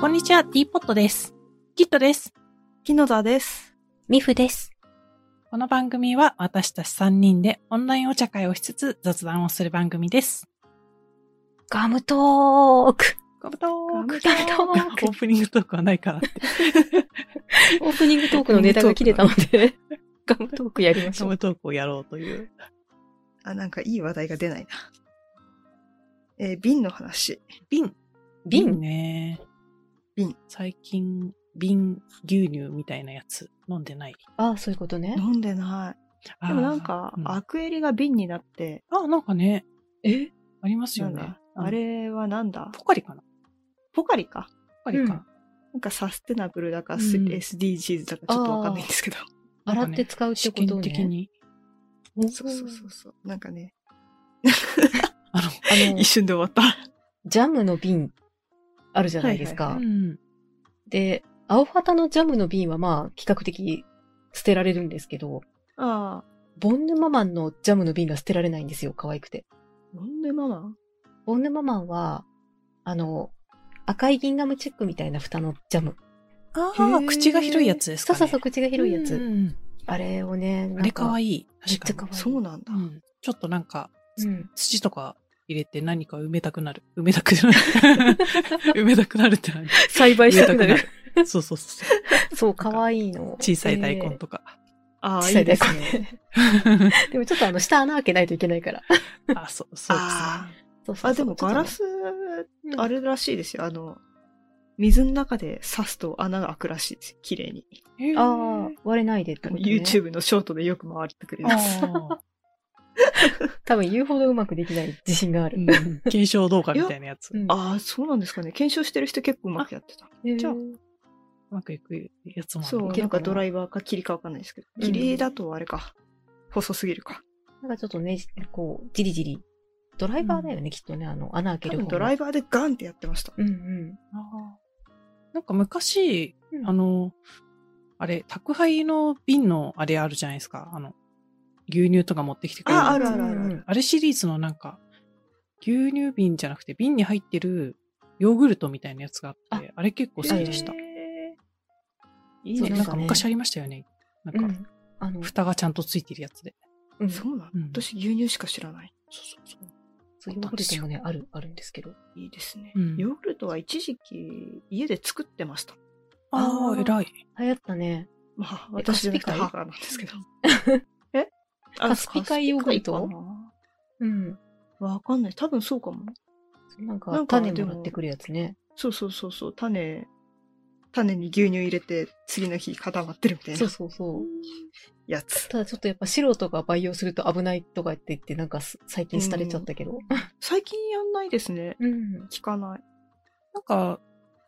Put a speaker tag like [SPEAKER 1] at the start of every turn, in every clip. [SPEAKER 1] こんにちは、ティーポットです。キットです。
[SPEAKER 2] 木野田です。
[SPEAKER 3] ミフです。
[SPEAKER 1] この番組は私たち3人でオンラインお茶会をしつつ雑談をする番組です。
[SPEAKER 3] ガムトーク。
[SPEAKER 1] ガムトーク
[SPEAKER 3] ガムト
[SPEAKER 1] オ
[SPEAKER 3] ーク。
[SPEAKER 1] ープニングトークはない からって。
[SPEAKER 3] オープニングトークのネタが切れたので、 ガムトークやりまし
[SPEAKER 1] ガ
[SPEAKER 3] ょう。
[SPEAKER 1] ムトークをやろうという。
[SPEAKER 2] あ、なんかいい話題が出ないな。えー瓶の話。
[SPEAKER 1] 瓶。
[SPEAKER 3] 瓶
[SPEAKER 1] ね。
[SPEAKER 2] 瓶。
[SPEAKER 1] 最近、瓶牛乳みたいなやつ飲んでない。
[SPEAKER 3] ああ、そういうことね。
[SPEAKER 2] 飲んでない。
[SPEAKER 1] あー
[SPEAKER 2] でもなんか、
[SPEAKER 1] うん
[SPEAKER 2] アクエリが瓶になって、
[SPEAKER 1] あ、なんかね、
[SPEAKER 3] え
[SPEAKER 1] あります
[SPEAKER 2] な
[SPEAKER 1] よ
[SPEAKER 2] ん
[SPEAKER 1] ね
[SPEAKER 2] だ。
[SPEAKER 1] の
[SPEAKER 2] あれはなんだ
[SPEAKER 1] ポカリかな
[SPEAKER 2] ポカリか。
[SPEAKER 1] ポカリか。
[SPEAKER 2] なんかサステナブルだか、
[SPEAKER 1] うん
[SPEAKER 2] SDGs だかちょっとわかんないんですけど。
[SPEAKER 3] 洗って使うって
[SPEAKER 1] 試
[SPEAKER 3] こと
[SPEAKER 1] 験的
[SPEAKER 3] ね。
[SPEAKER 1] に。
[SPEAKER 2] そうそうそうそう。なんかね、
[SPEAKER 1] あの、
[SPEAKER 3] あの
[SPEAKER 2] 一、瞬で終わっ
[SPEAKER 3] ジャムの瓶、あるじゃないです
[SPEAKER 2] は
[SPEAKER 3] か
[SPEAKER 1] う。ん。
[SPEAKER 3] で、青旗のジャムの瓶はまあ、比較的捨てられるんですけど、
[SPEAKER 2] た。ああ、
[SPEAKER 3] ボンヌママンのジャムの瓶が捨てられないんですよ、可愛くて。
[SPEAKER 2] 飲んでママ
[SPEAKER 3] ボンヌママンは、あの、赤いギンガムチェックみたいな蓋のジャム。
[SPEAKER 1] あ
[SPEAKER 2] へ
[SPEAKER 1] あ、
[SPEAKER 2] ー
[SPEAKER 1] 口が広いやつです
[SPEAKER 3] そ
[SPEAKER 1] か
[SPEAKER 3] う
[SPEAKER 1] ね。
[SPEAKER 3] そうそう、口が広いやつ。
[SPEAKER 1] うんうん
[SPEAKER 3] あれをね、
[SPEAKER 1] あれかわ
[SPEAKER 3] い
[SPEAKER 1] いい。
[SPEAKER 3] めっ
[SPEAKER 1] 確
[SPEAKER 3] ちゃ
[SPEAKER 1] か
[SPEAKER 3] 可愛い。
[SPEAKER 2] そうなんだ
[SPEAKER 1] に。う。ん。ちょっとなんか、
[SPEAKER 3] うん。
[SPEAKER 1] 土とか入れて何か埋めたくなる。埋めたく なる。埋めたくなるって何
[SPEAKER 3] 栽培したくな
[SPEAKER 1] 植え
[SPEAKER 3] る。
[SPEAKER 1] そうそうそう。
[SPEAKER 3] そう、可愛いの。
[SPEAKER 1] 小さい大根とか。
[SPEAKER 3] えー。
[SPEAKER 2] ああ、
[SPEAKER 3] 小
[SPEAKER 2] い
[SPEAKER 3] さ
[SPEAKER 2] い
[SPEAKER 3] い
[SPEAKER 2] で
[SPEAKER 3] 大
[SPEAKER 2] すね。
[SPEAKER 3] 根。でもちょっとあの、下穴開けないといけない から。
[SPEAKER 1] あ、そう、そうですね。
[SPEAKER 2] あ
[SPEAKER 3] そうそう
[SPEAKER 2] あ。
[SPEAKER 3] そう
[SPEAKER 2] あ、でもガラ、ス、
[SPEAKER 3] ちょっとねうん
[SPEAKER 2] あるらしいですよ。あの、水の中で刺すと穴が開くらしいです。綺麗に。
[SPEAKER 1] へー
[SPEAKER 3] ああ、割れないでってこと、ね。。
[SPEAKER 2] YouTube のショートでよく回ってくれます。
[SPEAKER 1] あ
[SPEAKER 3] 多分言うほどうまくできない自信があ
[SPEAKER 1] ー。
[SPEAKER 3] る。
[SPEAKER 1] うん検証動画みたいなやつ。
[SPEAKER 3] う
[SPEAKER 1] うん
[SPEAKER 2] ああ、そうなんですかね。検証してる人結構うまくやってた。
[SPEAKER 3] へー
[SPEAKER 1] じゃあまくいくやつもある
[SPEAKER 2] そ
[SPEAKER 1] の
[SPEAKER 2] う、
[SPEAKER 1] か
[SPEAKER 2] なんかドライバーか霧かわかんないですけど。
[SPEAKER 3] うん
[SPEAKER 2] 霧だとあれか。細すぎるか。
[SPEAKER 3] なんかちょっとね、こう、じりじり。ドライバーだよね、きっとね、あの、穴開け
[SPEAKER 2] 多
[SPEAKER 3] る
[SPEAKER 2] 分
[SPEAKER 3] 方
[SPEAKER 2] ドライ
[SPEAKER 3] バ
[SPEAKER 2] バーでガンってやってました。
[SPEAKER 3] ー。うん
[SPEAKER 1] あーなんか昔、
[SPEAKER 3] うん。
[SPEAKER 1] あ、の、あれ、宅配の瓶のあれあるじゃないですか。あの、牛乳とか持ってきてくれるやつ
[SPEAKER 2] ああるあるあるある。
[SPEAKER 1] あれシリーズのなんか、牛乳瓶じゃなくて瓶に入ってるヨーグルトみたいなやつがあって、あれ結構好きでした。
[SPEAKER 2] へ
[SPEAKER 1] い
[SPEAKER 2] ー。い
[SPEAKER 1] い
[SPEAKER 2] い
[SPEAKER 1] ね。
[SPEAKER 2] ね。
[SPEAKER 3] そ
[SPEAKER 1] な
[SPEAKER 3] う
[SPEAKER 2] なんん
[SPEAKER 1] か
[SPEAKER 2] か、
[SPEAKER 1] 昔ありましたよね。なん
[SPEAKER 3] う
[SPEAKER 1] か、
[SPEAKER 3] ん。あの、
[SPEAKER 1] 蓋がちゃんとついてるやつで。
[SPEAKER 3] うんそ
[SPEAKER 2] そうな
[SPEAKER 1] うん
[SPEAKER 2] の私牛乳しか知らない。
[SPEAKER 1] そうそうそう。
[SPEAKER 3] う、ヨーグルトもね、ある、あるんですけど。
[SPEAKER 2] いいですね。
[SPEAKER 1] うん
[SPEAKER 2] ヨーグルトは一時期家で作ってました。
[SPEAKER 1] あ
[SPEAKER 3] あ
[SPEAKER 1] あ、
[SPEAKER 3] ー
[SPEAKER 1] 偉い。
[SPEAKER 3] 流行ったね。
[SPEAKER 2] まあ、
[SPEAKER 3] え
[SPEAKER 2] 私じゃなくて
[SPEAKER 3] カスピ海
[SPEAKER 2] 母なんですけど。えあ
[SPEAKER 3] カスピ海ヨーグルト
[SPEAKER 2] カスピ海か
[SPEAKER 3] うん。
[SPEAKER 2] なわかんない。多分そうかも。
[SPEAKER 3] なん
[SPEAKER 2] な
[SPEAKER 3] か
[SPEAKER 2] ん、か
[SPEAKER 3] 種もらってくるやつね。
[SPEAKER 2] そうそうそうそう。種、種に牛乳入れて、次の日固まってるみたい
[SPEAKER 3] そう
[SPEAKER 2] な
[SPEAKER 3] そうそう。
[SPEAKER 2] やつ。
[SPEAKER 3] ただちょっとやっぱ素人が培養すると危ないとかって言って、なんかす最近廃れちゃったけど。
[SPEAKER 2] 最近やんないですね。
[SPEAKER 3] うん。
[SPEAKER 2] 聞かない。
[SPEAKER 1] なんか、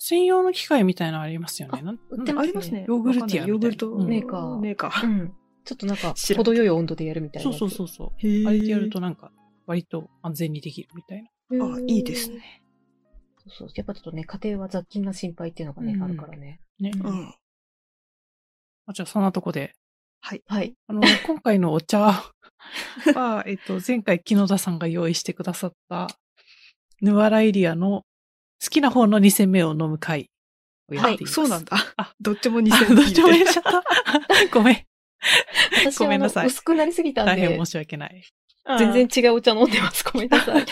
[SPEAKER 1] 専用の機械みたいなのありますよね。
[SPEAKER 3] あ
[SPEAKER 1] なん
[SPEAKER 3] 売っ
[SPEAKER 1] な
[SPEAKER 3] て
[SPEAKER 1] ん
[SPEAKER 3] ま
[SPEAKER 1] だ
[SPEAKER 2] あ
[SPEAKER 3] す
[SPEAKER 2] りますね。
[SPEAKER 1] ヨーグルティアみたいな
[SPEAKER 2] ヨーグルト
[SPEAKER 1] メ
[SPEAKER 3] ーカー
[SPEAKER 2] メーカ
[SPEAKER 3] う
[SPEAKER 2] ー。
[SPEAKER 3] ん。ちょっとなんか
[SPEAKER 2] 知らん、
[SPEAKER 3] 程よい温度でやるみたいな
[SPEAKER 1] そう
[SPEAKER 3] やつ。
[SPEAKER 1] そうそうそう。
[SPEAKER 2] へー
[SPEAKER 1] あれでやるとなんか、割と安全にできるみたいな。
[SPEAKER 2] あ、いいです。ね。
[SPEAKER 3] そうそう。やっぱちょっとね、家庭は雑菌が心配っていうのがね、
[SPEAKER 1] うん
[SPEAKER 3] あるからね。
[SPEAKER 1] ね。
[SPEAKER 3] うん
[SPEAKER 2] うん。
[SPEAKER 1] あじゃあ、そんなとこで。
[SPEAKER 2] はい。
[SPEAKER 3] はい。
[SPEAKER 1] あの、今回のお茶は、 えっと、前回木野田さんが用意してくださった、ヌアラエリアの好きな方の2戦目を飲む会をや
[SPEAKER 2] は
[SPEAKER 1] っ
[SPEAKER 2] い
[SPEAKER 1] ています。
[SPEAKER 2] そうなんだ
[SPEAKER 1] あ。
[SPEAKER 2] どっちも2 0 0
[SPEAKER 1] あ。
[SPEAKER 2] 0
[SPEAKER 1] どっちもやっちゃった。 ごめん。
[SPEAKER 3] 私
[SPEAKER 1] ご
[SPEAKER 3] は
[SPEAKER 1] め
[SPEAKER 3] あ
[SPEAKER 1] んな
[SPEAKER 3] の
[SPEAKER 1] さい
[SPEAKER 3] 薄くなりすぎたん
[SPEAKER 1] 大変
[SPEAKER 3] で
[SPEAKER 1] 申、し訳ない。
[SPEAKER 3] 全然違うお茶飲んでます。ごめんな さい。
[SPEAKER 1] まあ、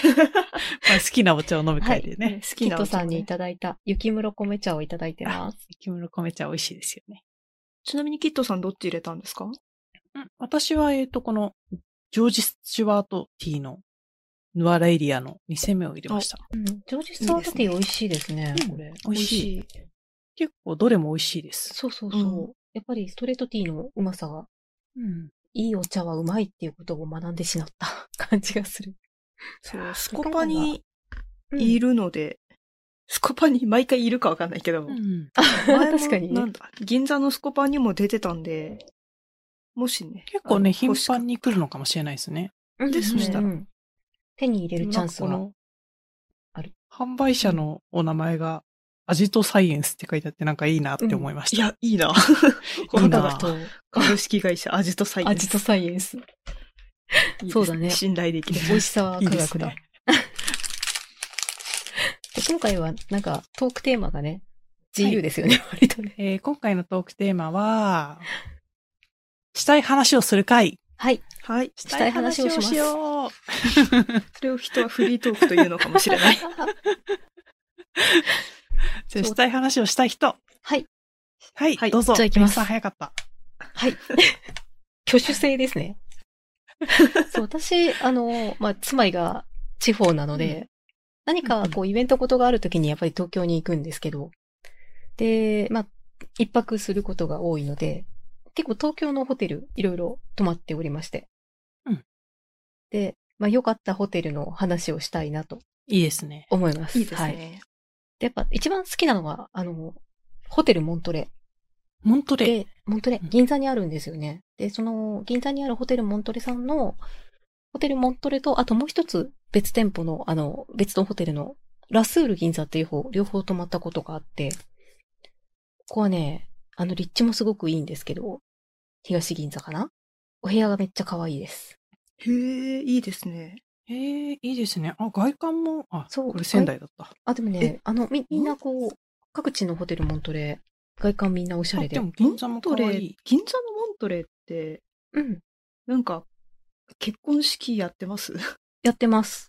[SPEAKER 1] 好きなお茶を飲む会でね。
[SPEAKER 2] 好
[SPEAKER 3] キ
[SPEAKER 2] き
[SPEAKER 3] ッ
[SPEAKER 2] な
[SPEAKER 3] ト
[SPEAKER 2] お
[SPEAKER 3] さ
[SPEAKER 2] 茶
[SPEAKER 3] ん
[SPEAKER 2] ね
[SPEAKER 3] にいただいた雪室米茶をいただいてます。
[SPEAKER 1] 雪室米茶美味しいですよね。
[SPEAKER 2] ちなみにキットさんどっち入れたんですか
[SPEAKER 1] うん、私は、えっ、と、この、ジョージ・スチュワート・ティーのヌアラエリアの2戦目を入れました。
[SPEAKER 3] うんジョージスタートティー美味しいですね、これ。
[SPEAKER 1] 美味しい。
[SPEAKER 2] い。
[SPEAKER 1] 結構どれも美味しいです。
[SPEAKER 3] そうそうそう。
[SPEAKER 2] うん
[SPEAKER 3] やっぱりストレートティーのうまさが、
[SPEAKER 1] うん。
[SPEAKER 3] いいお茶はうまいっていうことを学んでしまった 感じがする。
[SPEAKER 2] そう、スコパに
[SPEAKER 3] うん
[SPEAKER 2] いるので、スコパに毎回いるかわかんないけど、
[SPEAKER 1] うん。
[SPEAKER 2] 前も
[SPEAKER 3] 確かに
[SPEAKER 2] なんだ、銀座のスコパンにも出てたんで、もしね。
[SPEAKER 1] 結構ね、
[SPEAKER 2] あの
[SPEAKER 1] 頻繁。に来るのかもしれないですね。
[SPEAKER 3] うん
[SPEAKER 2] でそしたら
[SPEAKER 3] うん手に入れるチャンス
[SPEAKER 1] で
[SPEAKER 3] は。
[SPEAKER 1] もな
[SPEAKER 3] あ
[SPEAKER 1] んか
[SPEAKER 3] る
[SPEAKER 1] この販売者のお名前が、アジトサイエンスって書いてあってなんかいいなって思いまし
[SPEAKER 2] い
[SPEAKER 1] た。
[SPEAKER 2] や、いい
[SPEAKER 1] い
[SPEAKER 2] な。
[SPEAKER 1] い
[SPEAKER 2] 本
[SPEAKER 1] な
[SPEAKER 2] 当だ。
[SPEAKER 3] と、
[SPEAKER 2] 株式会社アジトサイエンス。
[SPEAKER 3] 味とサイエンス。
[SPEAKER 2] いいです
[SPEAKER 3] そうだね
[SPEAKER 2] 信頼できる。
[SPEAKER 3] 美味しさはい
[SPEAKER 1] い
[SPEAKER 3] 科
[SPEAKER 1] です
[SPEAKER 3] 学だ。
[SPEAKER 1] ね。
[SPEAKER 3] で今回はなんかトークテーマがね、自由ですよね、割とね。
[SPEAKER 1] えー今回のトークテーマは、したい話をする会。
[SPEAKER 3] はい。
[SPEAKER 2] はい。
[SPEAKER 1] した
[SPEAKER 3] い話をします
[SPEAKER 1] いよう。
[SPEAKER 2] それを人はフリートークというのかも しれ ない。
[SPEAKER 1] じゃあしたい話をしたい人。
[SPEAKER 3] はい。
[SPEAKER 1] はい、
[SPEAKER 2] はい
[SPEAKER 1] どうぞ。
[SPEAKER 3] じゃあ行きま
[SPEAKER 1] ミ
[SPEAKER 3] す
[SPEAKER 1] キさん早かった。
[SPEAKER 3] はい。挙手制ですね。そう、私、あの、まあ、住まいが地方なので、
[SPEAKER 1] う
[SPEAKER 3] 何かこう、イベントことがあるときにやっぱり東京に行くんですけど、で、まあ、一泊することが多いので、結構東京のホテル、いろいろ泊まっておりまして。
[SPEAKER 1] うん
[SPEAKER 3] で、まあ、良かったホテルの話をしたいなと
[SPEAKER 1] いいですね。
[SPEAKER 3] 思います。
[SPEAKER 2] いいです
[SPEAKER 3] はい。
[SPEAKER 2] ね。
[SPEAKER 3] で、やっぱ一番好きなのが、あの、ホテルモントレ。
[SPEAKER 1] モントレ。
[SPEAKER 3] で、モントレ
[SPEAKER 1] うん、
[SPEAKER 3] 銀座にあるんですよね。で、その、銀座にあるホテルモントレさんの、ホテルモントレと、あともう一つ別店舗の、あの、別のホテルの、ラスール銀座っていう方、両方泊まったことがあって、ここはね、あの、立地もすごくいいんですけど、東銀座かなお部屋がめっちゃ可愛いです。
[SPEAKER 2] へえ、いいですね。
[SPEAKER 1] えー、いいですね。あ、外観も、あ、
[SPEAKER 3] そう
[SPEAKER 1] これ仙台だった。
[SPEAKER 3] あ、でもね
[SPEAKER 2] え、
[SPEAKER 3] あの、み、みんなこう、各地のホテルモントレ、外観みんなおしゃ
[SPEAKER 1] あ
[SPEAKER 3] れで。
[SPEAKER 1] でも銀座も可
[SPEAKER 2] モント
[SPEAKER 1] 愛
[SPEAKER 2] レ
[SPEAKER 1] い。
[SPEAKER 2] 銀座のモントレって、
[SPEAKER 3] うん。
[SPEAKER 2] なんか、結婚式やっ てます
[SPEAKER 3] やってます。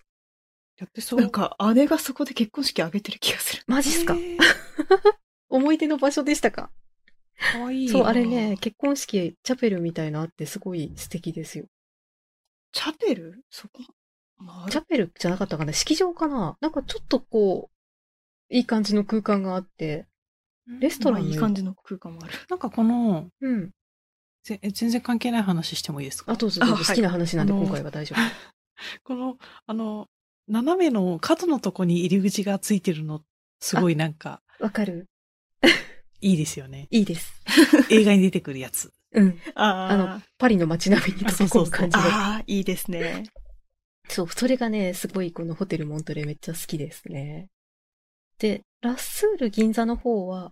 [SPEAKER 1] やってそう。
[SPEAKER 2] なんか、姉がそこで結婚式挙げてる気がする。
[SPEAKER 3] マジっすか、
[SPEAKER 1] えー
[SPEAKER 3] 思い出の場所でしたか
[SPEAKER 1] 可愛い。
[SPEAKER 3] そう、あれね、。結婚式、チャペルみたいなあって、すごい素敵ですよ。
[SPEAKER 2] チャペルそこまあ
[SPEAKER 3] チャペルじゃなかったかな式場かななんかちょっとこう、いい感じの空間があって、レスト
[SPEAKER 2] ま
[SPEAKER 3] ラン
[SPEAKER 2] あい
[SPEAKER 3] に
[SPEAKER 2] い感じの空間もある。
[SPEAKER 1] なんかこの、
[SPEAKER 3] うん。
[SPEAKER 1] ぜ全然関係ない話してもいいですか
[SPEAKER 3] あ、どうぞどうぞ
[SPEAKER 2] あはい
[SPEAKER 3] 好きな話なんで、
[SPEAKER 1] あのー
[SPEAKER 3] 今回は大丈夫。
[SPEAKER 1] この、あの、斜めの角のとこに入り口がついてるの、すごいなんか、
[SPEAKER 3] わかる。
[SPEAKER 1] いいですよね
[SPEAKER 3] いいです。
[SPEAKER 1] 映画に出てくるやつ。
[SPEAKER 3] うん。
[SPEAKER 2] あ
[SPEAKER 3] あの、パリの街並みに
[SPEAKER 1] あ
[SPEAKER 3] 溶
[SPEAKER 1] そ
[SPEAKER 3] け
[SPEAKER 1] うそう
[SPEAKER 3] 込む
[SPEAKER 1] そう
[SPEAKER 3] 感じで。
[SPEAKER 2] ああ、いいですね。
[SPEAKER 3] そう、それがね、すごいこのホテルモントレめっちゃ好きですね。で、ラスール銀座の方は、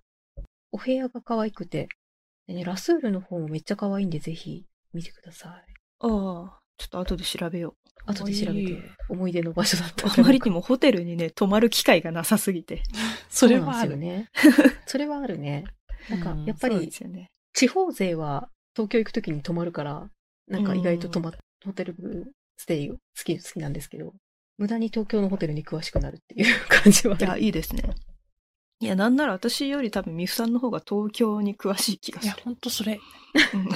[SPEAKER 3] お部屋が可愛くて、でね、ラスールの方もめっちゃ可愛いんで、ぜひ見てください。
[SPEAKER 2] ああ、ちょっと後で調べよ
[SPEAKER 3] 後で調べ
[SPEAKER 1] いい
[SPEAKER 3] て、思い出の場所だっ
[SPEAKER 2] う。
[SPEAKER 3] た。
[SPEAKER 2] あまりにもホテルにね、泊まる機会がなさすぎて。
[SPEAKER 1] それ
[SPEAKER 3] う
[SPEAKER 1] は
[SPEAKER 3] な
[SPEAKER 1] あ
[SPEAKER 3] んですよ
[SPEAKER 1] る。
[SPEAKER 3] ね。 それはあるね。なんか
[SPEAKER 1] うん、
[SPEAKER 3] やっぱ
[SPEAKER 2] そうで
[SPEAKER 3] り、
[SPEAKER 2] すよね。
[SPEAKER 3] 地方勢は東京行くときに泊まるから、なんか意外と泊まっ、ホテルステイ好き、好きなんですけど、無駄に東京のホテルに詳しくなるっていう感じはあ
[SPEAKER 2] い
[SPEAKER 3] る
[SPEAKER 2] や、いいですね。いや、なんなら私より多分、ミフさんの方が東京に詳しい気が
[SPEAKER 1] い
[SPEAKER 2] す
[SPEAKER 1] や、
[SPEAKER 2] る。
[SPEAKER 1] ほんとそれ。
[SPEAKER 2] うん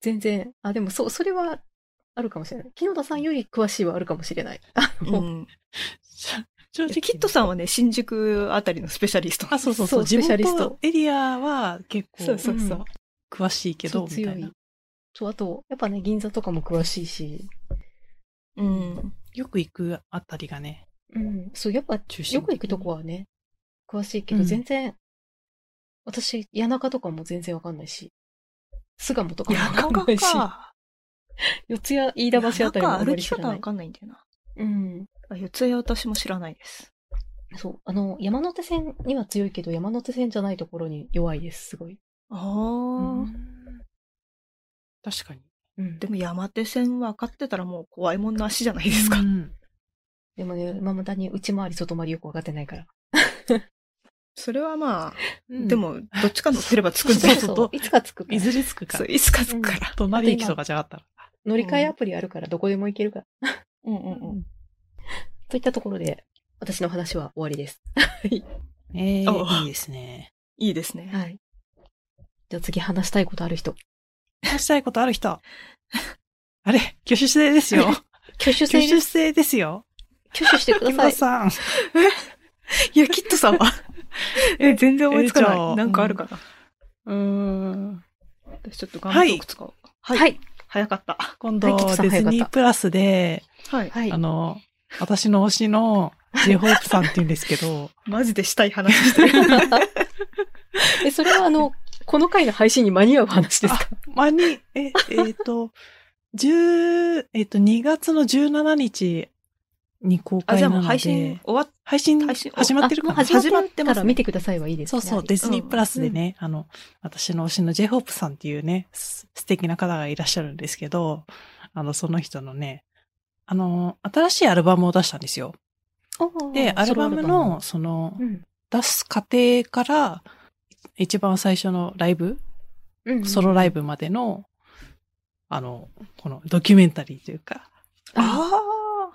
[SPEAKER 3] 全然、あ、でもそう、それはあるかもしれない。木野田さんより詳しいはあるかもしれない。あの
[SPEAKER 2] うん。
[SPEAKER 1] 正
[SPEAKER 2] で
[SPEAKER 1] 直。
[SPEAKER 2] キットさんはね、新宿あたりのスペシャリスト。
[SPEAKER 1] あ、そうそうそう。
[SPEAKER 3] そう
[SPEAKER 1] 自
[SPEAKER 3] スペシャリ
[SPEAKER 1] 分
[SPEAKER 3] スト
[SPEAKER 1] とエリアは結
[SPEAKER 2] そ
[SPEAKER 1] 構
[SPEAKER 2] うそうそう。
[SPEAKER 3] うん
[SPEAKER 1] 詳しいけ
[SPEAKER 3] そ
[SPEAKER 1] ど、
[SPEAKER 3] う
[SPEAKER 1] みたいな。。
[SPEAKER 3] そう、あと、やっぱね、銀座とかも詳しいし、
[SPEAKER 2] うん。
[SPEAKER 1] よく行くあたりがね、
[SPEAKER 3] うん、そう、やっぱ
[SPEAKER 1] 中心的に
[SPEAKER 3] よく行くとこはね、詳しいけど、
[SPEAKER 1] うん
[SPEAKER 3] 全然、私、谷中とかも全然わかんないし、巣鴨とか
[SPEAKER 2] い
[SPEAKER 3] も
[SPEAKER 2] や、
[SPEAKER 3] わ
[SPEAKER 2] な
[SPEAKER 3] か
[SPEAKER 2] ん
[SPEAKER 3] んな
[SPEAKER 2] か
[SPEAKER 3] いし、
[SPEAKER 2] か。
[SPEAKER 3] 四谷、飯田橋あたりもあんま
[SPEAKER 2] 歩
[SPEAKER 3] り
[SPEAKER 2] き
[SPEAKER 3] 知ら
[SPEAKER 2] 方
[SPEAKER 3] な
[SPEAKER 2] わ
[SPEAKER 3] い。
[SPEAKER 2] かんないんだよな。
[SPEAKER 3] うん。
[SPEAKER 2] あ、四谷私も知らないです。
[SPEAKER 3] そう。あの、山手線には強いけど、山手線じゃないところに弱いです、すごい。
[SPEAKER 2] ああ、
[SPEAKER 1] うん確かに。
[SPEAKER 3] うん。で
[SPEAKER 2] でも山手線分かってたらもう怖いもんの足じゃないですか。
[SPEAKER 1] うん
[SPEAKER 3] もね、まあまだに内回り外回りよくわかってないから。
[SPEAKER 2] それはまあ、
[SPEAKER 1] うん
[SPEAKER 2] でも、どっちか乗ってれば着くん
[SPEAKER 1] そ
[SPEAKER 2] だ
[SPEAKER 1] う
[SPEAKER 2] よ。
[SPEAKER 1] そう
[SPEAKER 3] そう
[SPEAKER 1] ど
[SPEAKER 3] いつか着くから
[SPEAKER 1] いずれ着くか
[SPEAKER 2] そう、
[SPEAKER 1] ら。
[SPEAKER 2] いつか着くから。
[SPEAKER 1] 隣行きとかじゃなかっ
[SPEAKER 3] 乗り換えアプリあるから、どこでも行けるから。
[SPEAKER 2] うんう
[SPEAKER 1] たら。
[SPEAKER 2] んうん。
[SPEAKER 3] といったところで、私の話は終わりです。
[SPEAKER 1] え
[SPEAKER 2] あ
[SPEAKER 1] ー、いいですね。
[SPEAKER 2] いいですね。
[SPEAKER 3] はい。じゃあ次話したいことある人。
[SPEAKER 1] 話したいことある人。 あれ挙手制ですよ。
[SPEAKER 3] 挙手制
[SPEAKER 1] 挙
[SPEAKER 3] で
[SPEAKER 1] 手
[SPEAKER 3] す。
[SPEAKER 1] 制ですよ。
[SPEAKER 3] 挙手してく
[SPEAKER 1] 木
[SPEAKER 3] ださ
[SPEAKER 1] 村
[SPEAKER 3] い。
[SPEAKER 1] さん。
[SPEAKER 2] いや、キットさんは え、全然思いつか
[SPEAKER 1] えじゃ
[SPEAKER 2] な
[SPEAKER 1] あ
[SPEAKER 2] い。なんかあるかな。
[SPEAKER 1] うーん。
[SPEAKER 2] 私ちょっとガントーク使おう。は
[SPEAKER 3] はい。
[SPEAKER 2] 早かった。
[SPEAKER 1] 今度、
[SPEAKER 3] はい木村さん
[SPEAKER 1] ディズニープラスで、
[SPEAKER 2] はい。
[SPEAKER 3] はい
[SPEAKER 1] あ。の、私の推しの J-Hope さんって言うんですけど、
[SPEAKER 2] マジでしたい話してる。
[SPEAKER 3] え、それはあの、この回の配信に間に合う話ですか
[SPEAKER 1] 間に、え、えっ、と、10、えっ、と、2月の17日に公
[SPEAKER 2] あ、
[SPEAKER 1] 開
[SPEAKER 2] じゃ
[SPEAKER 1] な
[SPEAKER 2] あもう
[SPEAKER 1] の
[SPEAKER 2] 配
[SPEAKER 1] で
[SPEAKER 2] 信、終わっ
[SPEAKER 1] 配信
[SPEAKER 2] 配信
[SPEAKER 1] 始まってるか
[SPEAKER 3] あ
[SPEAKER 1] な
[SPEAKER 3] もう始まっ
[SPEAKER 2] 始まってて
[SPEAKER 3] ま
[SPEAKER 2] ますす
[SPEAKER 3] ら見てくださいはいいです
[SPEAKER 1] そ
[SPEAKER 3] ね。
[SPEAKER 1] うそう、ディズニープラスでね、あの、私の推しの J-Hope さんっていうね、す素敵な方がいらっしゃるんですけど、あの、その人のね、あの、新しいアルバムを出したんですよ。
[SPEAKER 3] おー
[SPEAKER 1] で、アルバム、
[SPEAKER 3] ソロ
[SPEAKER 1] の、その
[SPEAKER 3] ア、ルバム
[SPEAKER 1] 出す過程から、一番最初のライブ、
[SPEAKER 3] うん
[SPEAKER 1] ソロライブまでの、あの、このドキュメンタリーというか、
[SPEAKER 3] あ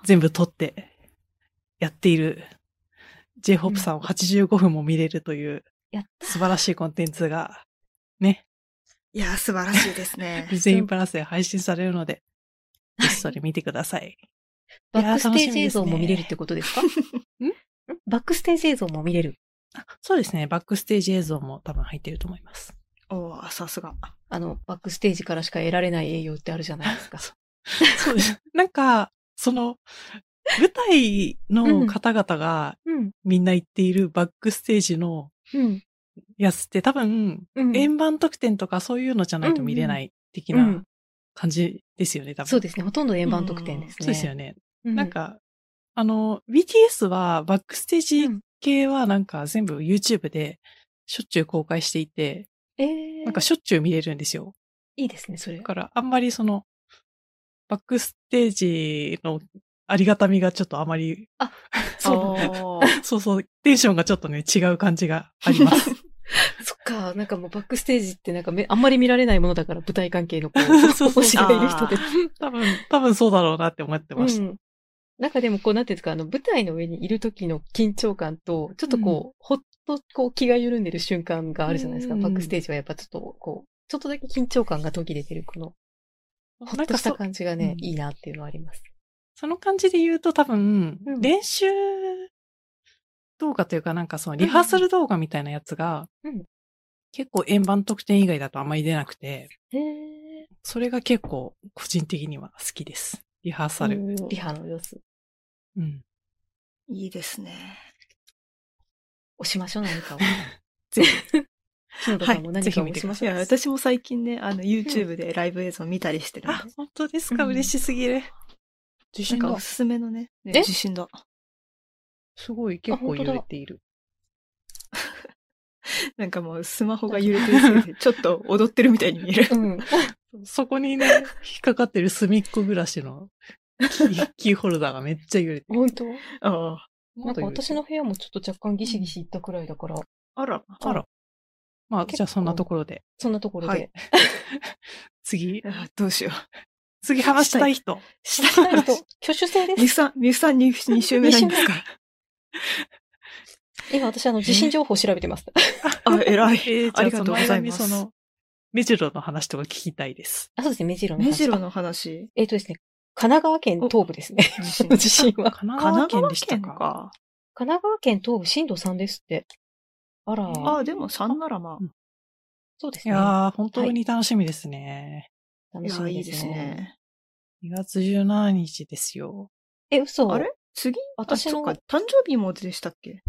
[SPEAKER 2] あ
[SPEAKER 1] 全部撮ってやっている J-Hope さんを85分も見れるという
[SPEAKER 3] やった。
[SPEAKER 1] 素晴らしいコンテンツが、ね、
[SPEAKER 2] いや、素晴らしいですね
[SPEAKER 1] デ。ィズニープラスで配信されるので、ぜひそれ見てください。
[SPEAKER 3] バ
[SPEAKER 1] いやー
[SPEAKER 3] ックステージ映像も
[SPEAKER 1] 楽しみですね
[SPEAKER 3] 見れるってことですかバックステージ映像も見れる。
[SPEAKER 1] あそうですね、バックステージ映像も多分入ってると思い ます。
[SPEAKER 2] おーさすが。
[SPEAKER 3] あの、バックステージからしか得られない栄養ってあるじゃないです か。
[SPEAKER 1] そうです。なんか、その、舞台の方々が
[SPEAKER 3] うん。
[SPEAKER 1] みんな行っているバックステージの
[SPEAKER 3] うん。
[SPEAKER 1] やつって多分、
[SPEAKER 3] うん。
[SPEAKER 1] 円盤特典とかそういうのじゃないと見れない的
[SPEAKER 3] う
[SPEAKER 1] なん感じですよね、多分。
[SPEAKER 3] そうですね。ほとんど円盤特典ですね。
[SPEAKER 1] そうですよね。
[SPEAKER 3] うん。
[SPEAKER 1] なんか、あの、BTS はバックステージ
[SPEAKER 3] うん
[SPEAKER 1] 系はなんか全部 YouTube でしょっちゅう公開していて、
[SPEAKER 3] えー、
[SPEAKER 1] なんかしょっちゅう見れるんですよ。
[SPEAKER 3] いいですね、それ
[SPEAKER 1] だ。からあんまりその、バックステージのありがたみがちょっとあまり、
[SPEAKER 3] あ
[SPEAKER 1] そう
[SPEAKER 2] あー
[SPEAKER 1] そうそう、テンションがちょっとね、違う感じがあり ます。
[SPEAKER 3] そっか、なんかもうバックステージってなんかめあんまり見られないものだから、舞台関係の こ
[SPEAKER 1] そうそう
[SPEAKER 3] う、推しがいる人で。
[SPEAKER 1] 多分、多分そうだろうなって思って
[SPEAKER 3] う
[SPEAKER 1] ました。
[SPEAKER 3] ん。なんかでもこう、なんていうんですか、あの、舞台の上にいる時の緊張感と、ちょっとこう、ほっとこう、気が緩んでる瞬間があるじゃないですか。
[SPEAKER 1] うん
[SPEAKER 3] バックステージはやっぱちょっとこう、ちょっとだけ緊張感が途切れてる、この、ほ
[SPEAKER 1] な
[SPEAKER 3] っ
[SPEAKER 1] ん
[SPEAKER 3] と
[SPEAKER 1] か
[SPEAKER 3] した
[SPEAKER 1] そ
[SPEAKER 3] 感じがね、
[SPEAKER 1] うん
[SPEAKER 3] いいなっていうのはあります。
[SPEAKER 1] その感じで言うと多分、
[SPEAKER 3] うん
[SPEAKER 1] 練習動画というかなんかそのリハーサル動画みたいなやつが、
[SPEAKER 3] うん
[SPEAKER 1] 結構円盤得点以外だとあんまり出なくて、
[SPEAKER 3] へ
[SPEAKER 1] それが結構個人的には好きです。リハーサル。
[SPEAKER 3] リハの様子。
[SPEAKER 1] うん。
[SPEAKER 2] いいですね。
[SPEAKER 3] 押しましょう、何か を。
[SPEAKER 1] ぜひ
[SPEAKER 3] 篠田さんも何かを
[SPEAKER 1] はい
[SPEAKER 3] 押しま
[SPEAKER 2] い
[SPEAKER 3] しょう。
[SPEAKER 2] や、私も最近ね、あの、YouTube でライブ映像見たりしてるんで
[SPEAKER 1] あ、、本当ですか、
[SPEAKER 3] うん
[SPEAKER 1] 嬉しすぎる。自
[SPEAKER 2] なん
[SPEAKER 1] 信
[SPEAKER 2] か
[SPEAKER 1] が
[SPEAKER 2] おすすめのね、
[SPEAKER 3] え
[SPEAKER 2] ね受信だ。
[SPEAKER 1] すごい結構
[SPEAKER 3] あ本当
[SPEAKER 1] 揺
[SPEAKER 3] だ
[SPEAKER 1] れている。
[SPEAKER 2] なんかもうスマホが揺れてるせ いで、ちょっと踊ってるみたいに見える。
[SPEAKER 3] うん。
[SPEAKER 1] そこにね、引っかかってる隅っこ暮らしのキ ーキーホルダーがめっちゃ揺れてる。
[SPEAKER 3] 本当
[SPEAKER 2] あ
[SPEAKER 3] なんか私の部屋もちょっと若干ギシギシいったくらいだから、
[SPEAKER 2] あ。あら。
[SPEAKER 1] あら。まあ、
[SPEAKER 3] 結構
[SPEAKER 1] じゃあそんなところで。
[SPEAKER 3] そんなところで。
[SPEAKER 2] はい
[SPEAKER 1] 次、
[SPEAKER 2] あどうしよう。
[SPEAKER 1] 次話したい人。
[SPEAKER 2] した
[SPEAKER 3] はいと、挙手制で
[SPEAKER 2] みゆ
[SPEAKER 3] す。
[SPEAKER 2] さん、みゆさんに2週目なんです か
[SPEAKER 3] 今私、あの、地震情報を調べてます。
[SPEAKER 2] あ、偉い。
[SPEAKER 1] えー、
[SPEAKER 2] ありがとうございま
[SPEAKER 1] そ
[SPEAKER 2] す
[SPEAKER 1] の、目白の話とか聞きたいです。
[SPEAKER 3] あ、そうですね、目白の話。
[SPEAKER 2] 目白の話、
[SPEAKER 3] えっ、とですね、神奈川県東部ですね。。
[SPEAKER 2] 地震
[SPEAKER 3] 地震は。
[SPEAKER 1] 神
[SPEAKER 2] 神
[SPEAKER 1] 奈
[SPEAKER 2] 奈
[SPEAKER 1] 川県
[SPEAKER 2] 川
[SPEAKER 1] でした
[SPEAKER 2] 県
[SPEAKER 1] か。
[SPEAKER 2] か。
[SPEAKER 3] 神奈川県東部震度3ですって。あら、
[SPEAKER 2] あ、でも3ならま
[SPEAKER 3] そうで
[SPEAKER 1] い
[SPEAKER 3] すね。
[SPEAKER 1] やー、本当に楽しみですね。
[SPEAKER 2] あ。
[SPEAKER 3] 楽
[SPEAKER 2] い
[SPEAKER 3] し
[SPEAKER 2] や、い
[SPEAKER 3] みで
[SPEAKER 2] いですす
[SPEAKER 3] ね。
[SPEAKER 2] ね。
[SPEAKER 1] 2月17日ですよ。
[SPEAKER 3] え、嘘。
[SPEAKER 2] あれ次
[SPEAKER 3] 私
[SPEAKER 2] あ、そ
[SPEAKER 3] の
[SPEAKER 2] っか、誕生日もでしたっけ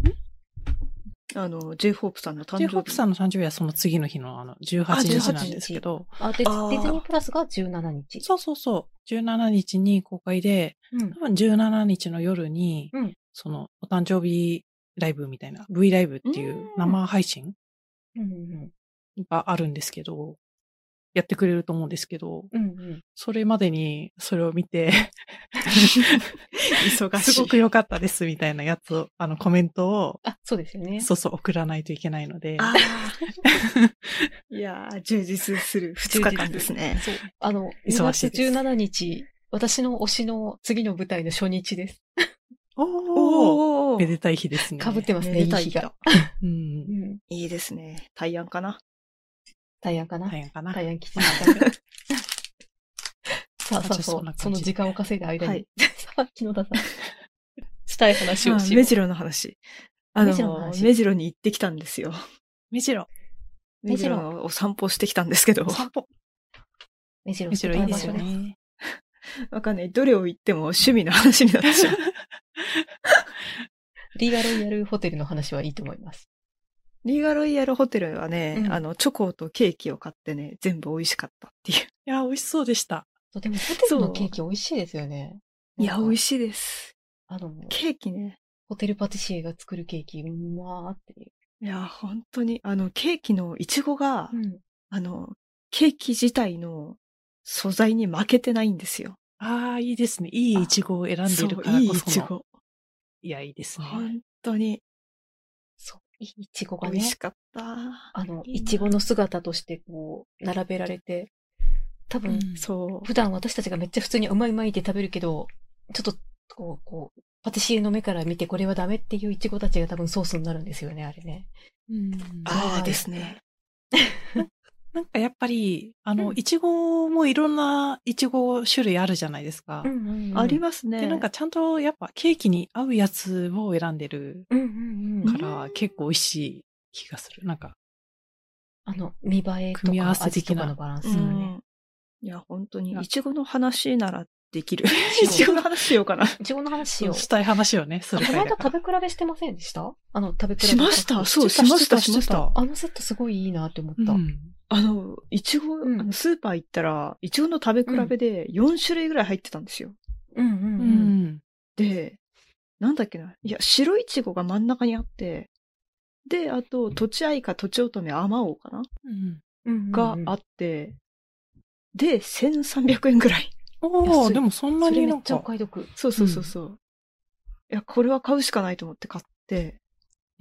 [SPEAKER 2] あの、J-Hope さんの誕生
[SPEAKER 1] j
[SPEAKER 2] 日。
[SPEAKER 1] h o p さんの誕生日はその次の日のあの18日なんですけど、
[SPEAKER 3] あでデ
[SPEAKER 2] あー
[SPEAKER 3] ィズニープラスが17日。
[SPEAKER 1] そうそうそう、17日に公開で、
[SPEAKER 3] うん
[SPEAKER 1] 多。分17日の夜に、
[SPEAKER 3] うん
[SPEAKER 1] そのお誕生日ライブみたいな、V ライブっていう生配信
[SPEAKER 3] うんうん
[SPEAKER 1] があるんですけど、やってくれると思うんですけど、
[SPEAKER 3] うん。うんうん。
[SPEAKER 1] それまでにそれを見て、
[SPEAKER 2] 忙しい。
[SPEAKER 1] すごく良かったですみたいなやつを、あのコメントを、
[SPEAKER 3] あ、そうですよね。
[SPEAKER 1] そうそう送らないといけないので、
[SPEAKER 2] ああ。いやー、充実する2日間ですね。
[SPEAKER 3] そう。あの、2
[SPEAKER 1] 忙し
[SPEAKER 3] 月
[SPEAKER 1] いです
[SPEAKER 3] 17日、私の推しの次の舞台の初日です。
[SPEAKER 1] おー
[SPEAKER 2] お
[SPEAKER 1] めでたい日ですね。
[SPEAKER 3] かぶってますね、
[SPEAKER 2] め
[SPEAKER 3] いい
[SPEAKER 2] でたい
[SPEAKER 3] 日
[SPEAKER 2] 日
[SPEAKER 3] が
[SPEAKER 2] だ。。
[SPEAKER 1] うん
[SPEAKER 3] う。ん。
[SPEAKER 2] いいですね。対案かな。
[SPEAKER 3] 大安かな。
[SPEAKER 1] 大変かな。
[SPEAKER 3] 大安吉日かな。さあ
[SPEAKER 1] あ
[SPEAKER 3] さあ
[SPEAKER 1] じゃあ
[SPEAKER 3] そ
[SPEAKER 1] そんな
[SPEAKER 3] う
[SPEAKER 1] 感、じ
[SPEAKER 3] その時間を稼いだ間に。
[SPEAKER 2] はい
[SPEAKER 3] さあ、木野田さん。したい話
[SPEAKER 2] ま
[SPEAKER 3] を
[SPEAKER 2] あ
[SPEAKER 3] しよ
[SPEAKER 2] 目
[SPEAKER 3] う。
[SPEAKER 2] 白の話。あの
[SPEAKER 3] 目白の話
[SPEAKER 2] 目白に行ってきたんですよ。
[SPEAKER 1] むしろ、
[SPEAKER 2] 目
[SPEAKER 3] 目白
[SPEAKER 2] 白を散歩してきたんですけど
[SPEAKER 1] お。散歩。
[SPEAKER 3] 目白
[SPEAKER 1] むしろいいですよ
[SPEAKER 3] 素
[SPEAKER 1] ね。
[SPEAKER 2] わかんない。どれを言っても趣味の話になって しまう。
[SPEAKER 3] 敵な場所ねリーガロイヤルホテルの話はいいと思います。
[SPEAKER 2] リーガロイヤルホテルはね、
[SPEAKER 3] うん
[SPEAKER 2] あの、チョコとケーキを買ってね、全部美味しかったってい う。
[SPEAKER 1] いや、美味しそうでした。
[SPEAKER 3] そうでも、ホテル
[SPEAKER 2] そ
[SPEAKER 3] の
[SPEAKER 2] う
[SPEAKER 3] ケーキ美味しいですよね。
[SPEAKER 2] いや、美味
[SPEAKER 3] い。
[SPEAKER 2] しいです。
[SPEAKER 3] あの、
[SPEAKER 2] ケーキね。
[SPEAKER 3] ホテルパティシエが作るケーキ、うまーっていう。
[SPEAKER 2] いや、本当に、あの、ケーキのイチゴが、
[SPEAKER 3] うん。
[SPEAKER 2] あの、ケーキ自体の素材に負けてないんですよ。
[SPEAKER 1] ああ、いいですね。いいイチゴを選んでいる
[SPEAKER 2] そう
[SPEAKER 1] から
[SPEAKER 2] いい
[SPEAKER 1] こ
[SPEAKER 2] イ
[SPEAKER 1] そ
[SPEAKER 2] チ
[SPEAKER 1] の。
[SPEAKER 2] ゴ。
[SPEAKER 1] いや、いいですね。
[SPEAKER 2] 本当に。
[SPEAKER 3] そう。いちご
[SPEAKER 2] 美
[SPEAKER 3] がね
[SPEAKER 2] 味、しかった。
[SPEAKER 3] あの、
[SPEAKER 2] いいない
[SPEAKER 3] ちごの姿としてこう、並べられて、多分、
[SPEAKER 1] うん
[SPEAKER 2] そう。
[SPEAKER 3] 普段私たちがめっちゃ普通にうまいうまいって食べるけど、ちょっと、こう、こう、パティシエの目から見てこれはダメっていうイチゴたちが多分ソースになるんですよね、あれね。
[SPEAKER 1] うん
[SPEAKER 2] あ
[SPEAKER 3] はい
[SPEAKER 2] あですね。
[SPEAKER 1] なんかやっぱり、あ
[SPEAKER 3] う
[SPEAKER 1] の、
[SPEAKER 3] ん
[SPEAKER 1] いちごもいろんないちご種類あるじゃないですか。
[SPEAKER 3] んうん
[SPEAKER 2] ありますね。
[SPEAKER 1] で、なんかちゃんとやっぱケーキに合うやつを選んでる
[SPEAKER 3] うんうん
[SPEAKER 1] か
[SPEAKER 3] うん。
[SPEAKER 1] ら結構美味しい気がする。なんか、
[SPEAKER 3] あの、見栄えと
[SPEAKER 1] 組み合
[SPEAKER 3] か
[SPEAKER 1] わせ
[SPEAKER 3] 味
[SPEAKER 1] 的
[SPEAKER 3] と
[SPEAKER 1] な
[SPEAKER 3] かのバランス
[SPEAKER 2] う
[SPEAKER 3] がね。
[SPEAKER 2] ん。いや、本当に
[SPEAKER 1] い、や
[SPEAKER 2] いちごの話ならできる。
[SPEAKER 3] い
[SPEAKER 2] い
[SPEAKER 3] ち
[SPEAKER 2] ち
[SPEAKER 3] ご
[SPEAKER 2] ごの話しようかな。
[SPEAKER 3] イチゴの話を。
[SPEAKER 1] したい話をね、す
[SPEAKER 3] あ
[SPEAKER 1] る
[SPEAKER 3] こ
[SPEAKER 1] 回
[SPEAKER 3] の
[SPEAKER 1] だ
[SPEAKER 3] 間
[SPEAKER 1] から。
[SPEAKER 3] 食べ比べしてませんでしたあの、食べ比べ。
[SPEAKER 2] しましたそう
[SPEAKER 1] しましたしました
[SPEAKER 3] あのセットすごいいいなって思った。
[SPEAKER 1] うん
[SPEAKER 2] あの、いちご、
[SPEAKER 3] うん
[SPEAKER 2] あのスーパー行ったら、いちごの食べ比べで4種類ぐらい入ってたんですよ。
[SPEAKER 3] うんう
[SPEAKER 1] うんん。
[SPEAKER 2] で、なんだっけな。いや、白いちごが真ん中にあって、で、あと、とちあいか、とちおとめ、あまおうかな
[SPEAKER 1] うん
[SPEAKER 3] うん。
[SPEAKER 2] があって、で、1300円ぐらい。
[SPEAKER 1] お
[SPEAKER 3] 安
[SPEAKER 1] お
[SPEAKER 3] い
[SPEAKER 1] でもそんな
[SPEAKER 3] それ
[SPEAKER 1] に
[SPEAKER 3] め
[SPEAKER 1] な
[SPEAKER 3] っ
[SPEAKER 1] ん
[SPEAKER 3] ちゃお
[SPEAKER 1] か、
[SPEAKER 3] 買い得。
[SPEAKER 2] そうそうそうそう。いや、これは買うしかないと思って買って、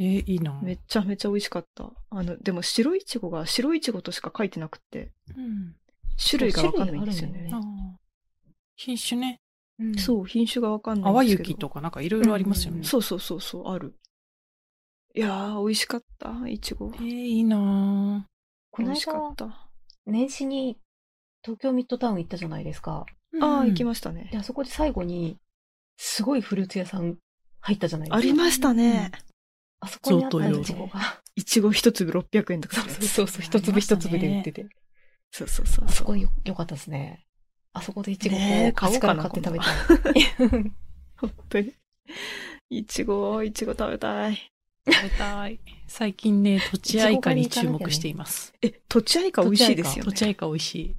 [SPEAKER 1] えー、いいな。
[SPEAKER 2] めちゃめちゃ美味しかった。あの、でも白いちごが白いちごとしか書いてなくって、
[SPEAKER 1] うん
[SPEAKER 2] 種類がわかんないんですよ
[SPEAKER 3] 種類
[SPEAKER 2] ね
[SPEAKER 3] あ。
[SPEAKER 1] あ
[SPEAKER 3] る
[SPEAKER 1] ー品種ね、
[SPEAKER 3] うん
[SPEAKER 2] そう、品種がわかんないん
[SPEAKER 1] 淡
[SPEAKER 2] ですけど。
[SPEAKER 1] 雪とかなんかいろいろありますよ
[SPEAKER 3] うん
[SPEAKER 1] ね。
[SPEAKER 2] そうそうそうそう、ある。いやー、美味しかった、いちご
[SPEAKER 1] え。ー、いいな
[SPEAKER 3] こ
[SPEAKER 2] 美
[SPEAKER 3] の
[SPEAKER 2] 味しか
[SPEAKER 3] 間
[SPEAKER 2] っ、た。
[SPEAKER 3] 年始に東京ミッドタウン行ったじゃないですか。
[SPEAKER 1] ー
[SPEAKER 2] ああ、行き
[SPEAKER 1] ま
[SPEAKER 2] ましたね
[SPEAKER 3] で、。あそこで最後に、すごいフルーツ屋さん入ったじゃないですか。
[SPEAKER 2] ありましたね。
[SPEAKER 3] あそこにあった
[SPEAKER 1] 贈
[SPEAKER 2] 答用
[SPEAKER 3] い
[SPEAKER 2] の
[SPEAKER 3] ちご が。
[SPEAKER 2] いちご一粒600円と
[SPEAKER 3] そ
[SPEAKER 2] か
[SPEAKER 3] う
[SPEAKER 2] す
[SPEAKER 3] そ
[SPEAKER 2] る
[SPEAKER 3] う
[SPEAKER 2] やつ
[SPEAKER 3] そうそう、一粒一粒で売ってて。
[SPEAKER 2] そうそうそう
[SPEAKER 3] す
[SPEAKER 2] そう。
[SPEAKER 3] ごいよ良かったですね。あそこでいちごを
[SPEAKER 2] ねえ買お
[SPEAKER 3] 足
[SPEAKER 2] う
[SPEAKER 3] か
[SPEAKER 2] からな
[SPEAKER 3] 買って食べたい。
[SPEAKER 2] 本当に。いちご、いちご食べたい。
[SPEAKER 1] 食べたい。最近ね、とちあいかに注目しています。
[SPEAKER 2] え、とちあいか美味しいですよ
[SPEAKER 1] と
[SPEAKER 2] ね。
[SPEAKER 1] ちあいか美味しい。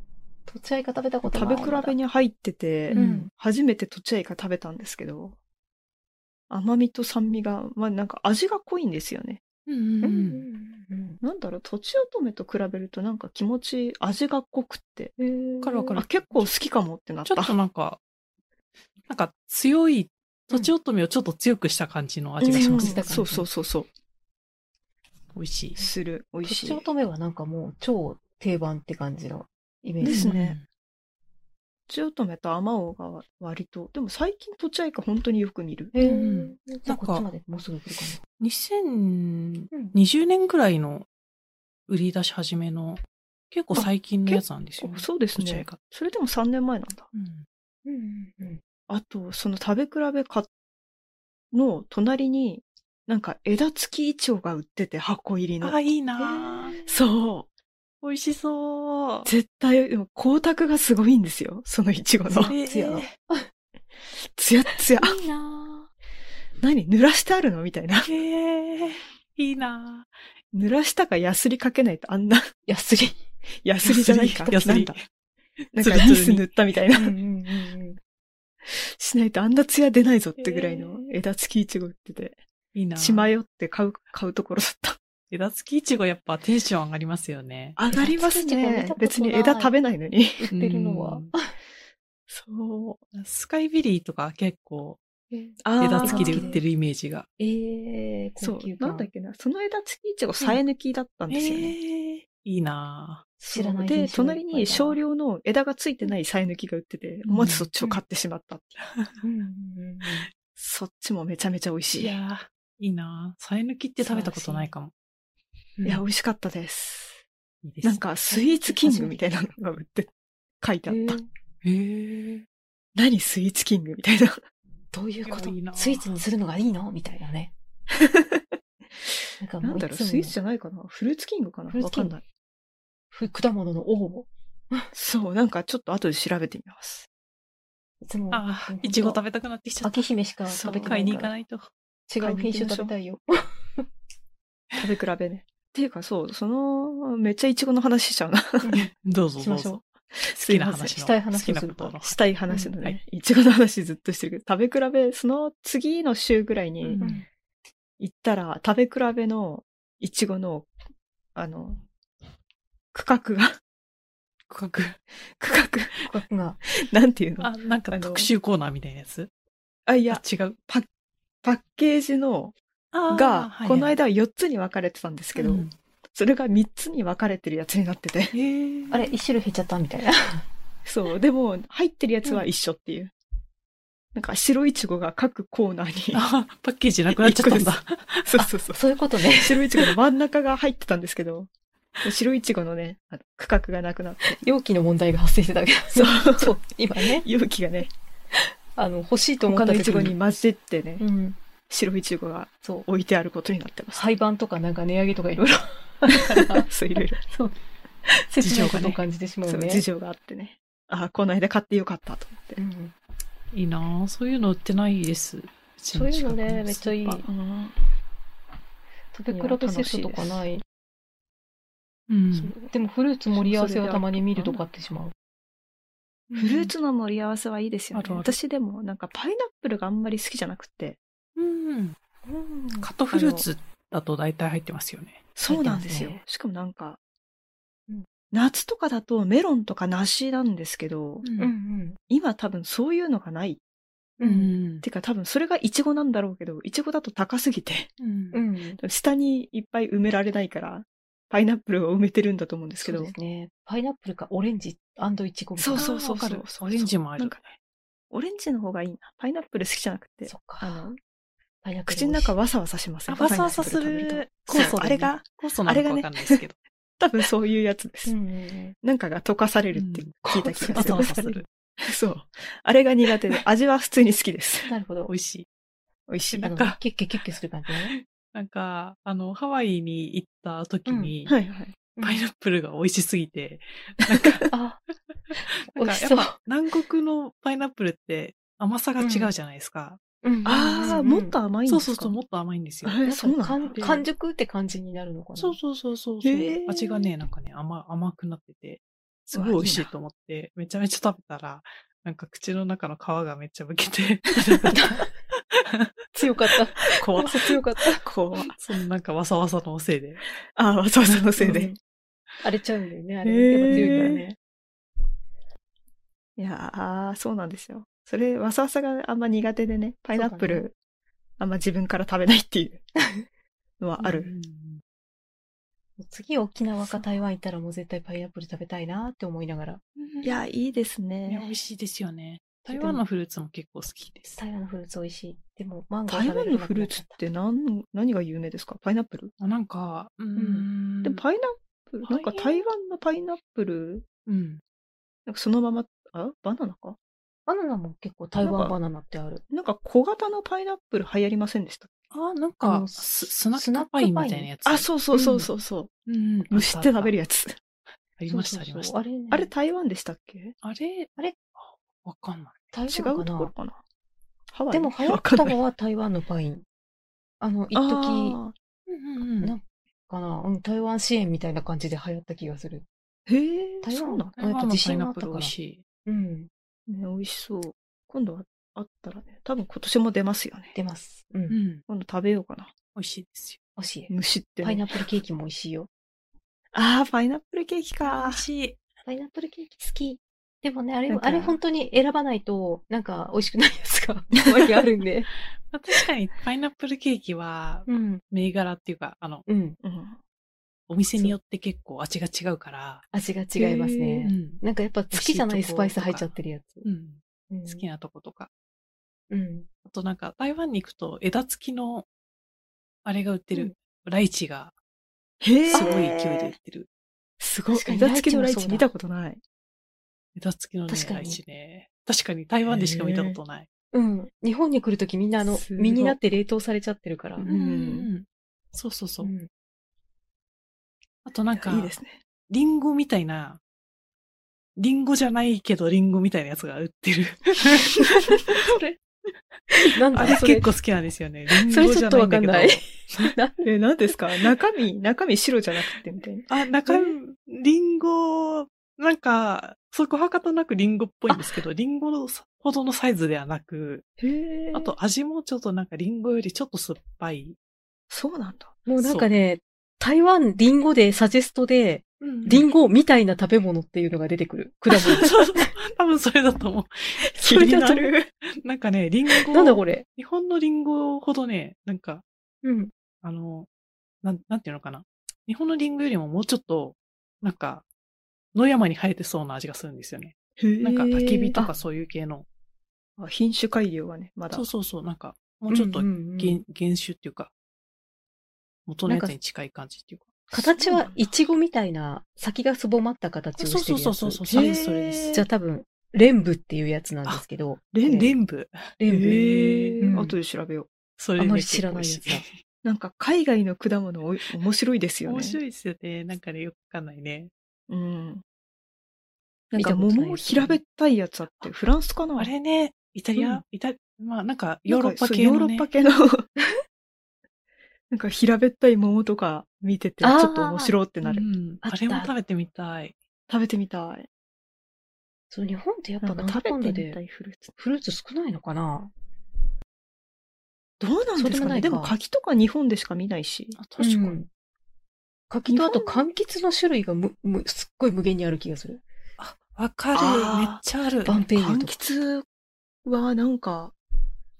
[SPEAKER 3] とちあいか食べたこと
[SPEAKER 2] 食
[SPEAKER 3] な
[SPEAKER 2] べ
[SPEAKER 3] い。
[SPEAKER 2] 比べに入ってて、
[SPEAKER 3] うん
[SPEAKER 2] 初めてとちあいか食べたんですけど、甘みと酸味が、まあなんか味が濃いんですよね。
[SPEAKER 1] うん
[SPEAKER 3] う
[SPEAKER 1] うんん
[SPEAKER 2] なんだろう、とちおとめと比べるとなんか気持ち、味が濃くって、
[SPEAKER 3] うんうん。
[SPEAKER 1] カラカラ
[SPEAKER 2] あ、結構好きかもってなっ
[SPEAKER 1] ち
[SPEAKER 2] た。
[SPEAKER 1] ょっとなんか、なんか強い、とちおとめをちょっと強くした感じの味がします。
[SPEAKER 3] うん
[SPEAKER 2] うんそうそうそうそう。
[SPEAKER 1] 美味しい。
[SPEAKER 2] する。美味
[SPEAKER 3] と
[SPEAKER 2] し
[SPEAKER 3] ち
[SPEAKER 2] い
[SPEAKER 3] お。とめはなんかもう超定番って感じのイメージ。
[SPEAKER 2] ですねちおとめとあまおうが割と、でも最近とちあいか本当によく見る。
[SPEAKER 3] へえ
[SPEAKER 1] うん
[SPEAKER 3] じゃあこっち
[SPEAKER 1] な
[SPEAKER 3] までもうすぐ来るか
[SPEAKER 1] うん。2020
[SPEAKER 3] な。うん
[SPEAKER 1] 年ぐらいの売り出し始めの、結構最近のやつなんですよね。
[SPEAKER 2] そうです
[SPEAKER 1] とちあい
[SPEAKER 2] ね
[SPEAKER 1] か。
[SPEAKER 2] それでも3年前なんだ。
[SPEAKER 1] うん
[SPEAKER 3] うんうんうん
[SPEAKER 2] あと、その食べ比べかの隣に、なんか枝付きイチョウが売ってて箱入りの。
[SPEAKER 1] あ、いいなぁ
[SPEAKER 2] そう。
[SPEAKER 1] 美味しそう。
[SPEAKER 2] 絶対、でも光沢がすごいんですよ。 そのイチゴの。
[SPEAKER 1] え
[SPEAKER 3] ツヤが
[SPEAKER 2] ツヤッツヤ。
[SPEAKER 3] いいな
[SPEAKER 2] 何濡らしてあるのみたいな。
[SPEAKER 1] え ーいいなぁ
[SPEAKER 2] 濡らしたかヤスリかけないとあんな、
[SPEAKER 3] ぁ。やすり。
[SPEAKER 2] ヤスリじゃないか。
[SPEAKER 1] ヤスリ
[SPEAKER 2] なんだ。なん
[SPEAKER 1] ツ
[SPEAKER 2] か
[SPEAKER 1] ルツルに
[SPEAKER 2] ニス塗ったみたいな。
[SPEAKER 3] うんうん
[SPEAKER 2] しないとあんなツヤ出ないぞってぐらいの枝付きイチゴ売ってて。
[SPEAKER 1] いいなぁ
[SPEAKER 2] 血迷って買う、買うところだった。
[SPEAKER 1] 枝付きいちごやっぱテンション上がりますよね。
[SPEAKER 2] 上がりますね。別に枝食べないのに。
[SPEAKER 3] 売ってるのは
[SPEAKER 1] う。ん
[SPEAKER 2] そう。
[SPEAKER 1] スカイビリーとか結構
[SPEAKER 2] あー
[SPEAKER 1] 枝付きで売ってるイメージが。
[SPEAKER 3] ええ
[SPEAKER 2] そう
[SPEAKER 3] 高級。感
[SPEAKER 2] なんだっけな。その枝付きイチゴさえ抜きだったん
[SPEAKER 1] え
[SPEAKER 2] ですよね。
[SPEAKER 1] ーいいな
[SPEAKER 3] 知らない
[SPEAKER 2] で、
[SPEAKER 3] 品種がいっぱいだ
[SPEAKER 2] 隣に少量の枝がついてないさえ抜きが売ってて、思わずそっちを買ってしまった。
[SPEAKER 3] うんうんうん
[SPEAKER 2] そっちもめちゃめちゃ美味
[SPEAKER 1] ぁ
[SPEAKER 2] しい。
[SPEAKER 1] い
[SPEAKER 2] いや、
[SPEAKER 1] やーいいなぁさえ抜きって食べたことないかも。
[SPEAKER 3] うん
[SPEAKER 2] 美味しかったです。
[SPEAKER 1] いいです。
[SPEAKER 2] なん、か、スイーツキングみたいなのが売って、書いてあっ
[SPEAKER 3] え
[SPEAKER 2] た。
[SPEAKER 3] ー
[SPEAKER 1] えー
[SPEAKER 2] 何スイーツキングみたいな。
[SPEAKER 3] どういうこ
[SPEAKER 1] い
[SPEAKER 3] と
[SPEAKER 1] やいいなぁ
[SPEAKER 3] スイーツにするのがいいのみたいなね。なんか
[SPEAKER 2] な
[SPEAKER 3] も
[SPEAKER 2] ん
[SPEAKER 3] う
[SPEAKER 2] だ
[SPEAKER 3] い
[SPEAKER 2] ろう、
[SPEAKER 3] つも
[SPEAKER 2] スイーツじゃないかなフルーツキングかな
[SPEAKER 3] フルー
[SPEAKER 2] わ
[SPEAKER 3] ツキ
[SPEAKER 2] か
[SPEAKER 3] ン
[SPEAKER 2] ん
[SPEAKER 3] グ
[SPEAKER 2] ない。
[SPEAKER 3] ふ果物の王を。
[SPEAKER 2] そう、なんかちょっと後で調べてみます。
[SPEAKER 3] いつも。
[SPEAKER 1] ああ、いちご食
[SPEAKER 3] べ
[SPEAKER 1] べたくなってきちゃった
[SPEAKER 3] 秋。姫しか食べてな
[SPEAKER 1] 買い
[SPEAKER 3] い
[SPEAKER 1] に
[SPEAKER 3] か。
[SPEAKER 1] 行からないと。
[SPEAKER 3] 違う品種食べたいよ。
[SPEAKER 2] 食べ比べね。 っていうか、そう、その、めっちゃイチゴの話しちゃうな。
[SPEAKER 1] どうぞ
[SPEAKER 3] し
[SPEAKER 1] ど
[SPEAKER 3] ま
[SPEAKER 1] う
[SPEAKER 3] しょう
[SPEAKER 1] ぞ。好きな話の。
[SPEAKER 3] したい話を
[SPEAKER 1] 好
[SPEAKER 3] す
[SPEAKER 1] き
[SPEAKER 3] る
[SPEAKER 1] なことの。
[SPEAKER 2] したい話の
[SPEAKER 1] うんは
[SPEAKER 2] ね
[SPEAKER 1] い、
[SPEAKER 2] いちごの話ずっとしてるけど、食べ比べ、その次の週ぐらいに
[SPEAKER 1] うん
[SPEAKER 3] うん
[SPEAKER 2] 行ったら、食べ比べのいちごの、あの、区画が、
[SPEAKER 1] 区
[SPEAKER 2] 区画、
[SPEAKER 3] 価格が。
[SPEAKER 2] なんていう
[SPEAKER 1] 画。
[SPEAKER 2] の
[SPEAKER 1] あ、なんか
[SPEAKER 2] あの
[SPEAKER 1] 特集コーナーみたいなやつ
[SPEAKER 2] あ、い
[SPEAKER 1] いや
[SPEAKER 2] や、、
[SPEAKER 1] 違う。
[SPEAKER 2] パッ、パッケージの
[SPEAKER 1] あー
[SPEAKER 2] が、
[SPEAKER 1] はいはい
[SPEAKER 2] この間は4つに分かれてたんですけど、
[SPEAKER 1] うん
[SPEAKER 2] それが3つに分かれてるやつになってて。
[SPEAKER 1] へー
[SPEAKER 3] あれ、一種類減っちゃったみたいな。
[SPEAKER 2] そう。でも、入ってるやつは一緒っていう。なんか、白いちごが各コーナーに。
[SPEAKER 1] あパッケージなくなっちゃったんだ。
[SPEAKER 2] そうそうそう。
[SPEAKER 3] そういうことね。
[SPEAKER 2] 白いちごの真ん中が入ってたんですけど、白いちごのね、あの区画がなくな って、
[SPEAKER 3] 容器の問題が発生してたけど。そう。そう。今ね、
[SPEAKER 2] 容器がね、
[SPEAKER 3] あの、欲しいと思っ
[SPEAKER 2] 他
[SPEAKER 3] た
[SPEAKER 2] の
[SPEAKER 3] 時
[SPEAKER 2] いちごに。混じってね、
[SPEAKER 3] うん。
[SPEAKER 2] 白いちごが
[SPEAKER 3] そう。
[SPEAKER 2] 置いてあることになってます。
[SPEAKER 3] 廃盤とかなんか値上げとかいろいろあるから。
[SPEAKER 2] そういろいろ、
[SPEAKER 3] そう。
[SPEAKER 1] 事情がね
[SPEAKER 3] 切 ないことを感じてしまう
[SPEAKER 2] そう
[SPEAKER 3] ね。
[SPEAKER 2] 事情があってね。あこの間買ってよかったと思って
[SPEAKER 3] う。ん。
[SPEAKER 1] いいなぁ。そういうの売ってないです。ち
[SPEAKER 3] そういう
[SPEAKER 1] 近
[SPEAKER 3] の
[SPEAKER 1] く
[SPEAKER 3] ね、
[SPEAKER 1] の
[SPEAKER 3] めっちゃいい。
[SPEAKER 1] スーパー
[SPEAKER 3] 食べ比べセットとかない。
[SPEAKER 1] うん。
[SPEAKER 3] でもフルーツ盛り合わせはたまに見ると買ってしまう。
[SPEAKER 2] フルーツの盛り合わせはいいですよね。
[SPEAKER 1] あるある
[SPEAKER 2] 私でもなんかパイナップルがあんまり好きじゃなくて。
[SPEAKER 1] うん。
[SPEAKER 3] うん。
[SPEAKER 1] カットフルーツだと大体入ってますよね。
[SPEAKER 2] そうなんですよ
[SPEAKER 3] 入ってま。
[SPEAKER 2] しかもなんか
[SPEAKER 3] うん、
[SPEAKER 2] 夏とかだとメロンとか梨なんですけど、
[SPEAKER 3] うんうん。
[SPEAKER 2] 今多分そういうのがない。
[SPEAKER 1] う
[SPEAKER 3] うん
[SPEAKER 2] て。か多分それがイチゴなんだろうけど、イチゴだと高すぎて、
[SPEAKER 1] うん
[SPEAKER 3] うん。
[SPEAKER 2] 下にいっぱい埋められないから、パイナップルを埋めてるんだと思うんですけ
[SPEAKER 3] そう
[SPEAKER 2] ど
[SPEAKER 3] で、すね。パイナップルかオレンジイチゴみたいな。
[SPEAKER 2] そうそうそう
[SPEAKER 1] あーわかる
[SPEAKER 2] そう
[SPEAKER 1] オレンジもある
[SPEAKER 2] なんかオレンジの方がいいな。パイナップル好きじゃなくて、
[SPEAKER 3] そっ
[SPEAKER 2] あ
[SPEAKER 3] か。
[SPEAKER 2] の、
[SPEAKER 3] パイナップル
[SPEAKER 2] 口の中わさわさしません
[SPEAKER 1] あ、わさわさす
[SPEAKER 2] パイナップル食べ
[SPEAKER 1] る
[SPEAKER 2] と。
[SPEAKER 1] 酵素
[SPEAKER 2] そうあれが、
[SPEAKER 1] 酵素なのかわかんないですけど。
[SPEAKER 2] 多分そういうやつで
[SPEAKER 3] 美味しい。
[SPEAKER 2] す
[SPEAKER 3] う。んうん
[SPEAKER 2] なんかが溶かされるって聞いた気が
[SPEAKER 1] わ
[SPEAKER 2] す
[SPEAKER 1] さ
[SPEAKER 2] る
[SPEAKER 1] わさする。
[SPEAKER 2] そう。あれが苦手で、味は普通に好きです
[SPEAKER 3] う。ん。なるほど
[SPEAKER 1] 美。味しい。
[SPEAKER 2] 美味しい。
[SPEAKER 3] あ
[SPEAKER 1] なん
[SPEAKER 3] の
[SPEAKER 1] か、
[SPEAKER 3] キュッキュッキュッキュする感じね。
[SPEAKER 1] なんか、あの、ハワイに行った時に、
[SPEAKER 2] はいはい。
[SPEAKER 1] パイナップルが美味しすぎて、
[SPEAKER 3] あ、
[SPEAKER 1] な
[SPEAKER 3] 美
[SPEAKER 1] んか
[SPEAKER 3] 味
[SPEAKER 1] や
[SPEAKER 3] し
[SPEAKER 1] っ
[SPEAKER 3] そう。
[SPEAKER 1] ぱ南国のパイナップルって甘さが違うじゃないですか。
[SPEAKER 2] ああ、もっと甘いん
[SPEAKER 1] そう
[SPEAKER 2] です
[SPEAKER 1] そ
[SPEAKER 2] か
[SPEAKER 1] うそう、もっと甘いんですよ。
[SPEAKER 2] えーそうなんだ
[SPEAKER 3] 完完熟って感じになるのかな。
[SPEAKER 1] そうそうそうそうそう、
[SPEAKER 2] へー
[SPEAKER 1] 味がね、なんかね、甘、甘くなってて、すごい美味しいと思って、めちゃめちゃ食べたら、なんか口の中の皮がめっちゃむけ て、
[SPEAKER 3] 強かった。
[SPEAKER 1] 怖
[SPEAKER 3] 酵素強かった。
[SPEAKER 2] こう、
[SPEAKER 1] そのなんかわさわさのせいで。
[SPEAKER 2] ああ、そうそのせい
[SPEAKER 3] うんう
[SPEAKER 2] で
[SPEAKER 3] ん。。荒れちゃうんだよね、あ
[SPEAKER 2] へ
[SPEAKER 3] れ。
[SPEAKER 2] ー
[SPEAKER 3] やっぱ強いからね。
[SPEAKER 2] いやー、そうなんですよ。それ、わさわさがあんま苦手でね、パイナッ
[SPEAKER 3] そ
[SPEAKER 2] プ
[SPEAKER 3] う
[SPEAKER 2] ル、あんま自分から食べないっ ていうのはあ
[SPEAKER 1] うんう
[SPEAKER 2] る。
[SPEAKER 1] ん
[SPEAKER 3] 次沖縄か台湾行ったらもう絶対パイナップル食べたいなって思いながら。
[SPEAKER 1] うん。
[SPEAKER 2] いや、いいです
[SPEAKER 1] ね、美
[SPEAKER 2] ね。
[SPEAKER 1] 味しいですよね。台湾のフルーツも結構好きです。
[SPEAKER 3] 台湾のフルーツ美味しい。でもマンゴー
[SPEAKER 2] 台
[SPEAKER 3] 食べ
[SPEAKER 2] 湾
[SPEAKER 3] れ
[SPEAKER 2] の
[SPEAKER 3] なく
[SPEAKER 2] フ
[SPEAKER 3] な
[SPEAKER 2] ル
[SPEAKER 3] っ
[SPEAKER 2] ー
[SPEAKER 3] ち
[SPEAKER 2] ツ
[SPEAKER 3] ゃ
[SPEAKER 2] っ
[SPEAKER 3] った
[SPEAKER 2] て何、何が有名ですかパイナップル
[SPEAKER 1] あなんか、うーん。
[SPEAKER 2] で、パイナップル、なんか
[SPEAKER 1] パイ
[SPEAKER 2] 台湾のパイナップル、
[SPEAKER 1] うん。
[SPEAKER 2] なんかそのまま、あバナナか
[SPEAKER 3] バナナも結構台湾バナナってある。
[SPEAKER 2] なんか小型のパイナップル流行りませんでした
[SPEAKER 1] あ、なん
[SPEAKER 3] あ
[SPEAKER 1] か
[SPEAKER 3] の
[SPEAKER 1] ス、
[SPEAKER 3] ス
[SPEAKER 1] スナックパインみたいなやつ。
[SPEAKER 2] あ、そうそうそうそうそう。
[SPEAKER 1] う。うんうん。
[SPEAKER 2] 蒸しって食べる
[SPEAKER 1] やつ。
[SPEAKER 2] やつ。
[SPEAKER 1] ありました、ありました。
[SPEAKER 3] あれね、
[SPEAKER 2] あれ台湾でしたっけ
[SPEAKER 1] あれ
[SPEAKER 3] あれ
[SPEAKER 1] わかんない。
[SPEAKER 3] 台
[SPEAKER 2] 違
[SPEAKER 3] 湾
[SPEAKER 2] うと
[SPEAKER 3] か
[SPEAKER 2] ころ
[SPEAKER 3] な
[SPEAKER 2] かなハワイ
[SPEAKER 3] でも流行っ
[SPEAKER 2] わか
[SPEAKER 3] た
[SPEAKER 2] んない
[SPEAKER 3] のは台湾のパイン。あの、一時
[SPEAKER 2] あ
[SPEAKER 1] うんう
[SPEAKER 3] なんかな、うん、台湾支援みたいな感じで流行った気がする。
[SPEAKER 2] ーへえ、
[SPEAKER 3] 台
[SPEAKER 2] そう
[SPEAKER 3] 湾
[SPEAKER 2] なんだ
[SPEAKER 3] の、
[SPEAKER 1] 台湾のパイナップル美味しい。
[SPEAKER 3] うん、
[SPEAKER 2] ね。美味しそう。今度はあったらね、多分今年も出ますよね。
[SPEAKER 3] 出ます。うん、
[SPEAKER 1] う
[SPEAKER 3] 美
[SPEAKER 1] ん。
[SPEAKER 2] 今度食べようかな。
[SPEAKER 1] 美味しいですよ。
[SPEAKER 3] 味しい。
[SPEAKER 2] 蒸しって
[SPEAKER 3] パイ
[SPEAKER 2] ね。
[SPEAKER 3] ナップルケーキも美味しいよ。
[SPEAKER 2] あー、パイナップルケーキ
[SPEAKER 1] 美
[SPEAKER 2] か
[SPEAKER 1] 味。しい。
[SPEAKER 3] パイナップルケーキ好き。でもね、あれ、
[SPEAKER 2] なんか
[SPEAKER 3] あれ本当に選ばないと、なんか美味しくないですかたまにあるんで。
[SPEAKER 1] まあ確かに、パイナップルケーキは、
[SPEAKER 3] うん。
[SPEAKER 1] 銘柄っていうか、あの、
[SPEAKER 3] うん。
[SPEAKER 2] うん。
[SPEAKER 1] お店によって結構味が違うから、
[SPEAKER 3] 味が違います
[SPEAKER 1] う
[SPEAKER 2] う
[SPEAKER 3] ね。
[SPEAKER 1] ん。
[SPEAKER 3] なんかやっぱ好きじゃないスパイス入っちゃってるやつ。
[SPEAKER 1] うん。
[SPEAKER 3] うん
[SPEAKER 1] 好き。なとことか。
[SPEAKER 3] うん。
[SPEAKER 1] あとなんか、台湾に行くと、枝付きの、あれが売って
[SPEAKER 3] う
[SPEAKER 1] る。ライチが、
[SPEAKER 2] へえ。
[SPEAKER 1] すごい勢いで売ってる。
[SPEAKER 2] すごい
[SPEAKER 3] 確か。に
[SPEAKER 2] 枝付きのライ
[SPEAKER 3] ライチもそう
[SPEAKER 2] チ
[SPEAKER 3] だ
[SPEAKER 2] 見たことない。
[SPEAKER 1] 枝付きのね
[SPEAKER 3] 確かに
[SPEAKER 1] ライチね。確かに、台湾でしか見たことない。
[SPEAKER 3] うん。日本に来るときみんなあの、
[SPEAKER 2] すごい
[SPEAKER 3] 身になって冷凍されちゃってるから。
[SPEAKER 2] う
[SPEAKER 1] うんんうん。そうそうそうう。
[SPEAKER 3] ん
[SPEAKER 1] あとなんか
[SPEAKER 2] いい、ですね。
[SPEAKER 1] リンゴみたいな、リンゴじゃないけどリンゴみたいなやつが売って る。
[SPEAKER 3] それ。なん
[SPEAKER 1] あ
[SPEAKER 3] だ
[SPEAKER 1] れ
[SPEAKER 3] それ
[SPEAKER 1] 結構好きなんですよね。リン
[SPEAKER 3] それ
[SPEAKER 1] ゴ
[SPEAKER 3] ち
[SPEAKER 1] じ
[SPEAKER 3] ょ
[SPEAKER 1] ゃ
[SPEAKER 3] っと
[SPEAKER 1] ない
[SPEAKER 3] わ
[SPEAKER 1] ん
[SPEAKER 3] か
[SPEAKER 1] だ
[SPEAKER 3] ん
[SPEAKER 1] けど
[SPEAKER 3] な。い。
[SPEAKER 2] え、何ですか中身、中身白じゃなくてみたいな。
[SPEAKER 1] あ、中身、リンゴ、なんか、そこはかとなくリンゴっぽいんですけど、リンゴのほどのサイズではなく、
[SPEAKER 2] へえ。
[SPEAKER 1] あ、と味もちょっとなんかリンゴよりちょっと酸っぱい。
[SPEAKER 2] そうなんだ。
[SPEAKER 3] もうなんかね、台湾リンゴでサジェストで、リ
[SPEAKER 1] ゴ
[SPEAKER 3] ンゴみたいな食べ物っていうのが出てくる。果物。
[SPEAKER 1] そうそう。多分それだと 思う。
[SPEAKER 2] 気になる。
[SPEAKER 1] なんかね、リンゴ。
[SPEAKER 3] なんだこれ
[SPEAKER 1] 日本のリンゴほどね、なんか、
[SPEAKER 3] うん。
[SPEAKER 1] あの、なん、なんていうのかな。日本のリンゴよりももうちょっと、なんか、野山に生えてそうな味がするんですよね。なんか焚き火とかそういう系の。
[SPEAKER 2] あ品種改良はね、まだ
[SPEAKER 1] そう。そうそう、なんか、もうちょっと
[SPEAKER 3] うん
[SPEAKER 1] 原、
[SPEAKER 3] うんうん
[SPEAKER 1] 原種っていうか、元のやつに近い感じっていうか。
[SPEAKER 3] 形はイチゴみたいな、先がすぼまった形をしてるやつ。
[SPEAKER 1] そうそうそう
[SPEAKER 2] そ
[SPEAKER 1] そうう、
[SPEAKER 2] そ
[SPEAKER 1] そ
[SPEAKER 2] れ
[SPEAKER 1] れそれ
[SPEAKER 2] ですそれで
[SPEAKER 1] ですす。
[SPEAKER 3] じゃあ多分、レンブっていうやつなんですけど、
[SPEAKER 2] レン
[SPEAKER 1] レンブ。
[SPEAKER 3] レンブ。
[SPEAKER 2] へえ、
[SPEAKER 3] うん
[SPEAKER 2] 後で調べよう。
[SPEAKER 1] それ
[SPEAKER 3] あまり知らないやつだ。
[SPEAKER 2] なんか海外の果物おい面白いですよね。
[SPEAKER 1] 面白いですよね。なんかね、よくわかんないね。
[SPEAKER 2] うん。なん
[SPEAKER 3] 見
[SPEAKER 2] か
[SPEAKER 3] たことないですね
[SPEAKER 2] 桃平べったいやつあって、フランスかな
[SPEAKER 1] あれね、イタリア、
[SPEAKER 2] うん
[SPEAKER 1] イタリア、まあなんか
[SPEAKER 2] な
[SPEAKER 1] ヨ
[SPEAKER 2] ん
[SPEAKER 1] ー
[SPEAKER 2] か
[SPEAKER 1] ロッパ
[SPEAKER 2] そう
[SPEAKER 1] 系の、ね。
[SPEAKER 2] ヨーロッパ系の。 なんか平べったい桃とか見てて、ち
[SPEAKER 3] あー
[SPEAKER 2] ょっと面白ってなる。
[SPEAKER 1] うん。
[SPEAKER 3] あった
[SPEAKER 1] あれも食べてみたい。
[SPEAKER 2] 食べてみたい。
[SPEAKER 3] そう、日本ってやっぱ
[SPEAKER 2] な
[SPEAKER 3] なんん
[SPEAKER 2] か
[SPEAKER 3] だかんだ
[SPEAKER 2] 食べてみた
[SPEAKER 3] で、
[SPEAKER 2] いフルーツ。
[SPEAKER 3] フルーツ少ないのかな
[SPEAKER 2] どうなんで
[SPEAKER 3] そう
[SPEAKER 2] す
[SPEAKER 3] で
[SPEAKER 2] か
[SPEAKER 3] もな
[SPEAKER 2] ね
[SPEAKER 3] い
[SPEAKER 2] で
[SPEAKER 3] か
[SPEAKER 2] も柿とか日本でしか見ないし。
[SPEAKER 1] 確かに。
[SPEAKER 3] うん柿とあと柑橘の種類がむ、む、すっごい無限にある気がする。
[SPEAKER 1] あ、わかる
[SPEAKER 2] あ。ー
[SPEAKER 1] めっちゃある。
[SPEAKER 3] バンペイユ
[SPEAKER 2] 柑
[SPEAKER 3] とか。
[SPEAKER 2] 橘はなんか、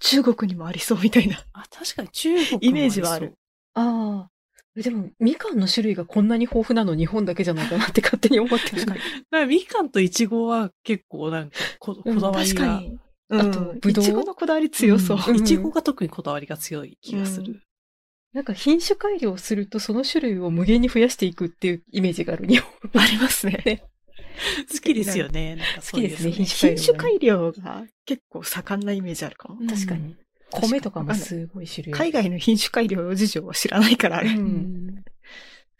[SPEAKER 2] 中国にもありそうみたいな。
[SPEAKER 1] あ、確かに中国もりそう
[SPEAKER 2] イメージはある。
[SPEAKER 3] ああ。えでも、みかんの種類がこんなに豊富なの日本だけじゃないかなって勝手に思ってる。
[SPEAKER 1] なんかみかんといちごは結構なんかここだわり
[SPEAKER 2] 確
[SPEAKER 1] が。
[SPEAKER 2] かに。うん、
[SPEAKER 3] あとぶどう
[SPEAKER 2] いちごのこだわり強そう。
[SPEAKER 3] うん
[SPEAKER 1] いちごが特にこだわりが強い気がする。
[SPEAKER 3] なんか品種改良するとその種類を無限に増やしていくっていうイメージがある日本。あります ね。
[SPEAKER 1] 好きですよね。なんかそういう
[SPEAKER 3] 好きですね
[SPEAKER 1] 品
[SPEAKER 3] 品
[SPEAKER 2] 品種
[SPEAKER 3] 種
[SPEAKER 2] 改
[SPEAKER 3] 改
[SPEAKER 2] 良が結構盛んなイメージあるかも。
[SPEAKER 1] うん
[SPEAKER 3] 確かに。
[SPEAKER 1] 確かに
[SPEAKER 3] 米とかもすごい種類ある。
[SPEAKER 2] 海外の品種改良事情は知らないから、あれ。
[SPEAKER 3] う
[SPEAKER 1] 種。
[SPEAKER 3] ん。な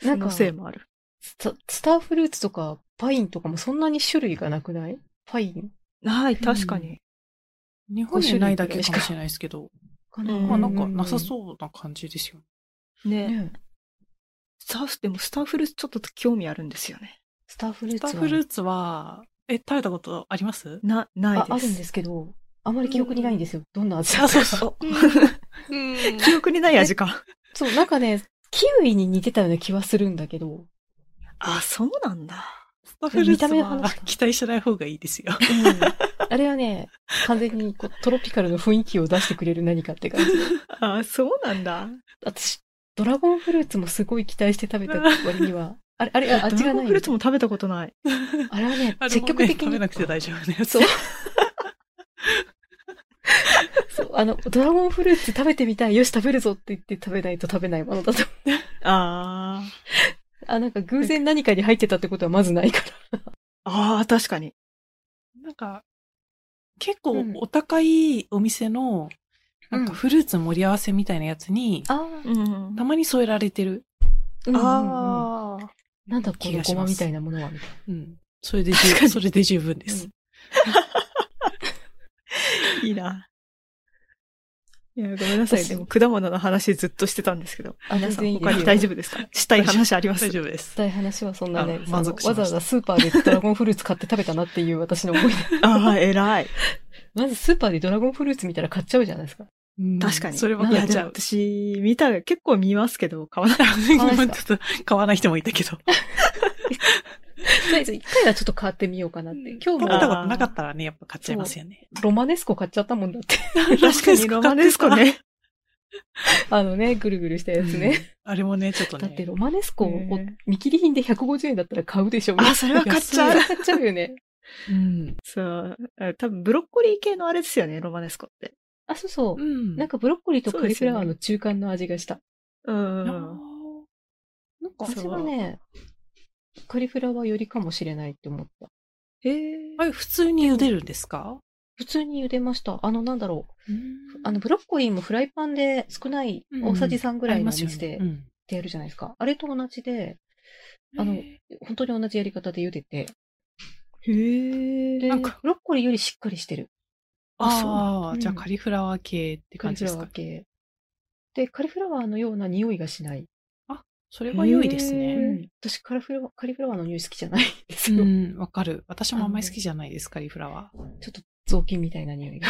[SPEAKER 2] そ
[SPEAKER 3] んか
[SPEAKER 2] のせいもある。
[SPEAKER 3] スタスターフルーツとかパインとかもそんなに種類がなくないパイン
[SPEAKER 2] はい、確かに。
[SPEAKER 1] 日本にないだけかもしれないですけど、
[SPEAKER 3] かな、
[SPEAKER 2] うん
[SPEAKER 1] まあなんかなさそうな感じですよね。
[SPEAKER 3] う
[SPEAKER 2] ね。
[SPEAKER 3] ね。
[SPEAKER 2] スターフ、でもスターフルーツちょっと興味あるんですよね。
[SPEAKER 3] スターフルー
[SPEAKER 1] ス
[SPEAKER 3] ツ
[SPEAKER 1] タ
[SPEAKER 3] は
[SPEAKER 1] ーフルーツは、え、食べたことあります
[SPEAKER 2] な、ないで
[SPEAKER 3] あ
[SPEAKER 2] す。
[SPEAKER 3] あるん ですけど、あまり記憶にないんですよ。どんな味だ
[SPEAKER 1] あ、
[SPEAKER 3] った
[SPEAKER 1] そう
[SPEAKER 3] か
[SPEAKER 1] そう。うん
[SPEAKER 2] 記憶にない味か。
[SPEAKER 3] そう、なんかね、キウイに似てたような気はするんだけど、
[SPEAKER 2] あ、そうなんだ。
[SPEAKER 1] スターフルー
[SPEAKER 3] 見
[SPEAKER 1] ツ
[SPEAKER 3] た目の話
[SPEAKER 1] は
[SPEAKER 3] か
[SPEAKER 1] 期待しない方がいいですよ。
[SPEAKER 3] あれはね、完全にこうトロピカルの雰囲気を出してくれる何かって感じ。
[SPEAKER 2] あ、そうなんだ。
[SPEAKER 3] 私、ドラゴンフルーツもすごい期待して食べた割には、あれ、あれ、あ
[SPEAKER 2] ド
[SPEAKER 3] 味が
[SPEAKER 2] ラゴ
[SPEAKER 3] な
[SPEAKER 2] ン
[SPEAKER 3] い
[SPEAKER 2] フルーツも食べたことない。
[SPEAKER 3] あれはね
[SPEAKER 1] あ、れ
[SPEAKER 3] 積
[SPEAKER 1] もね
[SPEAKER 3] 極的
[SPEAKER 1] 食べ
[SPEAKER 3] に
[SPEAKER 1] なくて大丈夫なやつ
[SPEAKER 3] そう。そう、あの、ドラゴンフルーツ食べてみたい、よし食べるぞって言って食べないと食べないものだと。
[SPEAKER 2] あー。
[SPEAKER 3] あ、なんか偶然何かに入ってたってことはまずないから。
[SPEAKER 2] あー、確かに。
[SPEAKER 1] なんか、結構
[SPEAKER 3] うん
[SPEAKER 1] お高いお店の、なん
[SPEAKER 3] う
[SPEAKER 1] か
[SPEAKER 3] ん
[SPEAKER 1] フルーツ盛り合わせみたいなやつに、
[SPEAKER 3] あ
[SPEAKER 2] うん
[SPEAKER 1] たまに添えられてる。
[SPEAKER 3] ああ
[SPEAKER 2] あー。
[SPEAKER 3] なんだこ
[SPEAKER 1] 気
[SPEAKER 3] の
[SPEAKER 1] がし
[SPEAKER 3] ご
[SPEAKER 1] ます
[SPEAKER 3] まみたいなものはみたい
[SPEAKER 1] うん。それで十
[SPEAKER 2] 確かに
[SPEAKER 1] それで十分です。
[SPEAKER 2] いいな。いや、ごめんなさい。
[SPEAKER 3] 私
[SPEAKER 2] でも、果物の話ずっとしてたんですけど。
[SPEAKER 3] な。あ、
[SPEAKER 2] 皆
[SPEAKER 3] 全
[SPEAKER 2] さん、
[SPEAKER 3] 然いい
[SPEAKER 2] 他に
[SPEAKER 3] ですよ
[SPEAKER 2] 大。丈夫ですかしたい話あります
[SPEAKER 1] 大丈夫です。
[SPEAKER 3] 大話はそんなないです。
[SPEAKER 1] あ満足し
[SPEAKER 3] あ
[SPEAKER 1] ま
[SPEAKER 3] の
[SPEAKER 1] した
[SPEAKER 3] わざわざスーパーでドラゴンフルーツ買って食べたなっていう私の思 い出。
[SPEAKER 2] ああ、偉い。
[SPEAKER 3] まずスーパーでドラゴンフルーツ見たら買っちゃうじゃないですか。
[SPEAKER 1] うん
[SPEAKER 2] 確かに。
[SPEAKER 1] それは
[SPEAKER 2] 買
[SPEAKER 1] 買
[SPEAKER 2] っ
[SPEAKER 1] っ
[SPEAKER 2] ち
[SPEAKER 1] ち
[SPEAKER 2] ゃ
[SPEAKER 1] ゃ
[SPEAKER 2] う。
[SPEAKER 1] う。
[SPEAKER 2] 私、見たら結構見ますけど、買わない。
[SPEAKER 3] わない
[SPEAKER 1] ちょっと買わない人もいたけど。
[SPEAKER 3] とりあえず一回はちょっと買ってみようかなって。今
[SPEAKER 1] 食
[SPEAKER 3] 日
[SPEAKER 1] べ
[SPEAKER 2] あ
[SPEAKER 1] た
[SPEAKER 3] も
[SPEAKER 1] ことなかったらね、やっぱ買っちゃいますよね。
[SPEAKER 3] ロマネスコ買っちゃったもんだって。
[SPEAKER 2] 確かにロマネスコね。
[SPEAKER 3] あのね、ぐるぐるしたやつね。
[SPEAKER 1] うん。あれもね、ちょっと
[SPEAKER 3] だって
[SPEAKER 1] ね。
[SPEAKER 3] ロマネスコを
[SPEAKER 2] ね
[SPEAKER 3] 見切り品で150円だったら買うでしょ。
[SPEAKER 2] あ、それは買っちゃう。
[SPEAKER 3] 買っちゃうよね。
[SPEAKER 1] うん。
[SPEAKER 2] そう。あ多分、ブロッコリー系のあれですよね、ロマネスコって。
[SPEAKER 3] あ、そうそうう。
[SPEAKER 1] ん。
[SPEAKER 3] なんかブロッコリーとカリフラワーの中間の味がした。
[SPEAKER 2] う
[SPEAKER 1] いやー、
[SPEAKER 2] ん。
[SPEAKER 3] なんか
[SPEAKER 2] そう
[SPEAKER 3] 私はね、カリフラワーよりかもしれないって思った。
[SPEAKER 2] へ
[SPEAKER 1] あれ普通に茹でるんですか
[SPEAKER 3] 普通に茹でました。あの、なんだろう。あ
[SPEAKER 1] あ
[SPEAKER 3] の、ブロッコリーもフライパンで少ない
[SPEAKER 1] うん
[SPEAKER 3] 大さじ3ぐらい
[SPEAKER 1] り
[SPEAKER 3] の
[SPEAKER 1] ます
[SPEAKER 3] 水
[SPEAKER 1] よ
[SPEAKER 3] で
[SPEAKER 1] ね
[SPEAKER 3] っ
[SPEAKER 1] うん
[SPEAKER 3] てやるじゃないですか。あれと同じで、あの
[SPEAKER 1] へ
[SPEAKER 3] 本当に同じやり方で茹でて。
[SPEAKER 2] え。へ
[SPEAKER 3] で、
[SPEAKER 2] え。
[SPEAKER 1] なん
[SPEAKER 3] ブ
[SPEAKER 1] か
[SPEAKER 3] ロッコリーよりしっかりしてる。
[SPEAKER 2] あそう
[SPEAKER 1] ああ、じゃあ
[SPEAKER 3] うん
[SPEAKER 1] カリフラワー系って
[SPEAKER 3] カ
[SPEAKER 1] 感
[SPEAKER 3] リ
[SPEAKER 1] じ
[SPEAKER 3] フ
[SPEAKER 1] です
[SPEAKER 3] ラワ
[SPEAKER 1] か
[SPEAKER 3] ー。系。で、カリフラワーのような匂いがしない。
[SPEAKER 1] それは良いです
[SPEAKER 2] へ
[SPEAKER 1] ね。
[SPEAKER 2] ー
[SPEAKER 3] 私カリフラワー、カリフラワーの匂い好きじゃないん です
[SPEAKER 1] う
[SPEAKER 3] よ。
[SPEAKER 1] ん、わかる。私もあんまり好きじゃないです、カリフラワー。
[SPEAKER 3] ちょっと雑巾みたいな 匂いが。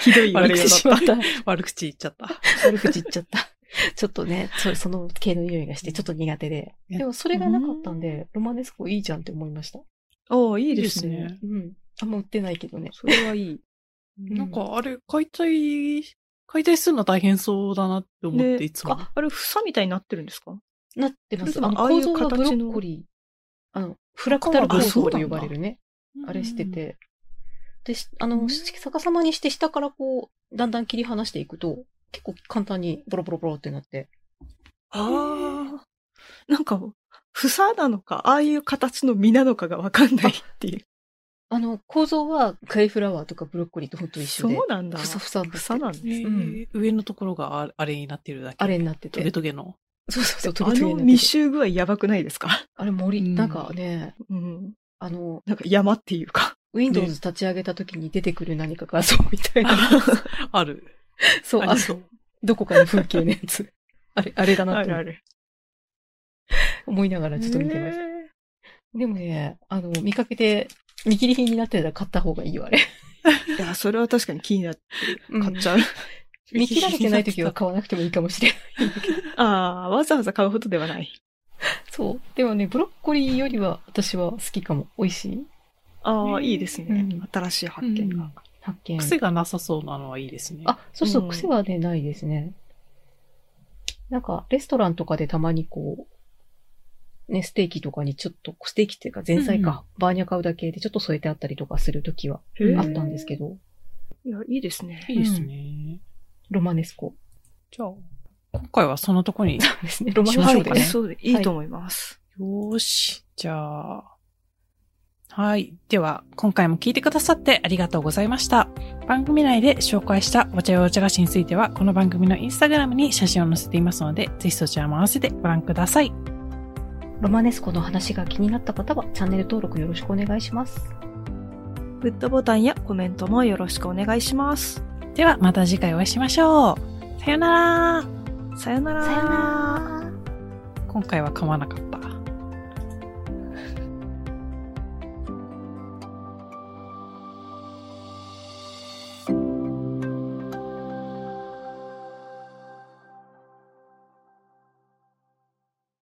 [SPEAKER 2] ひどい言われ
[SPEAKER 1] 悪
[SPEAKER 2] よ
[SPEAKER 1] 口
[SPEAKER 2] う
[SPEAKER 1] し
[SPEAKER 2] だっ
[SPEAKER 1] ち
[SPEAKER 2] た
[SPEAKER 1] ゃ
[SPEAKER 3] ま
[SPEAKER 1] っ
[SPEAKER 3] った
[SPEAKER 1] た。悪口言っちゃった。
[SPEAKER 3] 悪口言っちゃった。 ちょっとね、そその系の匂いがして、ちょっと苦手で。
[SPEAKER 1] いや
[SPEAKER 3] でもそれがなかったんで、ロマネスコいいじゃんって思いました。
[SPEAKER 2] ああ、い
[SPEAKER 1] い
[SPEAKER 2] いですね。。
[SPEAKER 3] うん。あんま売ってないけどね。
[SPEAKER 2] それはいい。
[SPEAKER 1] なんかあれ、解体解体するの大変そうだなって思って、
[SPEAKER 2] ね
[SPEAKER 1] いつも。
[SPEAKER 2] ああれ、房みたいになってるんですか
[SPEAKER 3] なってます。
[SPEAKER 2] 例えば
[SPEAKER 3] あの、
[SPEAKER 2] ああ
[SPEAKER 3] 構
[SPEAKER 2] いう
[SPEAKER 3] 造はブロ
[SPEAKER 2] 形の
[SPEAKER 3] ッコリー、あの、フラクタル構
[SPEAKER 2] あそう
[SPEAKER 3] 造と
[SPEAKER 2] なんだ
[SPEAKER 3] 呼ばれるね。あれして
[SPEAKER 1] うん。
[SPEAKER 3] て。で、しあ
[SPEAKER 2] う
[SPEAKER 3] の、
[SPEAKER 2] ん
[SPEAKER 3] 逆さまにして下からこう、だんだん切り離していくと、結構簡単にボロボロボロってなって。
[SPEAKER 2] ああ。なんか、房なのか、ああいう形の実なのかがわかんないっていう。
[SPEAKER 3] あの、構造はカリフラワーとかブロッコリーとほんと一緒で
[SPEAKER 2] そ、うなんだ。
[SPEAKER 3] ふさふさになって
[SPEAKER 2] 房なんだ。
[SPEAKER 1] えー
[SPEAKER 3] うん
[SPEAKER 1] 上のところがああれになってるだけ。
[SPEAKER 3] あれになって
[SPEAKER 1] トゲ
[SPEAKER 3] て。
[SPEAKER 1] トゲ の。
[SPEAKER 3] そうそうそう、ト
[SPEAKER 2] あ
[SPEAKER 3] ゲトゲ
[SPEAKER 2] の
[SPEAKER 3] になって
[SPEAKER 2] 密
[SPEAKER 3] て。
[SPEAKER 2] 集具合やばくないですか
[SPEAKER 3] あれ森、
[SPEAKER 1] うん
[SPEAKER 3] なんかね、
[SPEAKER 2] うん。
[SPEAKER 3] あの、
[SPEAKER 2] なんか山っていうか。
[SPEAKER 3] Windows 立ち上げた時に出てくる何か画像みたいな。
[SPEAKER 1] ある。
[SPEAKER 3] そう、
[SPEAKER 1] あ
[SPEAKER 3] あ
[SPEAKER 1] り
[SPEAKER 3] の
[SPEAKER 1] そう。
[SPEAKER 3] どこかの風景のやつ。あれ、あれだな
[SPEAKER 2] あ
[SPEAKER 3] って
[SPEAKER 2] るある。
[SPEAKER 3] 思いながらちょっと見てました。
[SPEAKER 2] ね
[SPEAKER 3] でもね、あの、見かけて、見切り品になってたら買った方がいいよ、あれ。
[SPEAKER 2] えいや、それは確かに気になって買っちゃう。
[SPEAKER 3] 見切られてない時は買わなくてもいいかもしれない。
[SPEAKER 2] ああ、わざわざ買うほどではない。
[SPEAKER 3] そう。でもね、ブロッコリーよりは私は好きかも。美味しい。
[SPEAKER 2] ああ、
[SPEAKER 1] ね
[SPEAKER 2] いいですね、
[SPEAKER 3] うん
[SPEAKER 2] 新しい発見が。
[SPEAKER 1] うん
[SPEAKER 3] 発見。
[SPEAKER 1] 癖がなさそうなのはいいですね。
[SPEAKER 3] あ、そうそうう、
[SPEAKER 2] ん
[SPEAKER 3] 癖はね、ないですね。なんか、レストランとかでたまにこう、ね、ステーキとかにちょっと、ステーキっていうか前菜か、バーニャカウダ系でちょっと添えてあったりとかする時は
[SPEAKER 2] へー
[SPEAKER 3] あったんですけど、
[SPEAKER 2] いや、いいですね。
[SPEAKER 1] いいですね。
[SPEAKER 3] ロマネスコ。
[SPEAKER 1] じゃあ、今回はそのとこに。
[SPEAKER 3] そうですね、ロマ
[SPEAKER 1] し
[SPEAKER 3] ネ
[SPEAKER 1] ま
[SPEAKER 3] ス
[SPEAKER 1] しょ
[SPEAKER 3] コ
[SPEAKER 1] う
[SPEAKER 3] で
[SPEAKER 1] か
[SPEAKER 2] はい
[SPEAKER 1] ね
[SPEAKER 3] ね。
[SPEAKER 2] そうで、いいと思います。
[SPEAKER 1] よーし。じゃあ。はい。では、今回も聞いてくださってありがとうございました。番組内で紹介したお茶やお茶菓子については、この番組のインスタグラムに写真を載せていますので、ぜひそちらも合わせてご覧ください。
[SPEAKER 3] ロマネスコの話が気になった方は、チャンネル登録よろしくお願いします。
[SPEAKER 2] グッドボタンやコメントもよろしくお願いします。
[SPEAKER 1] では、また次回お会いしましょう。さよなら。
[SPEAKER 2] さよなら。
[SPEAKER 3] さよなら。
[SPEAKER 1] 今回は噛まなかった。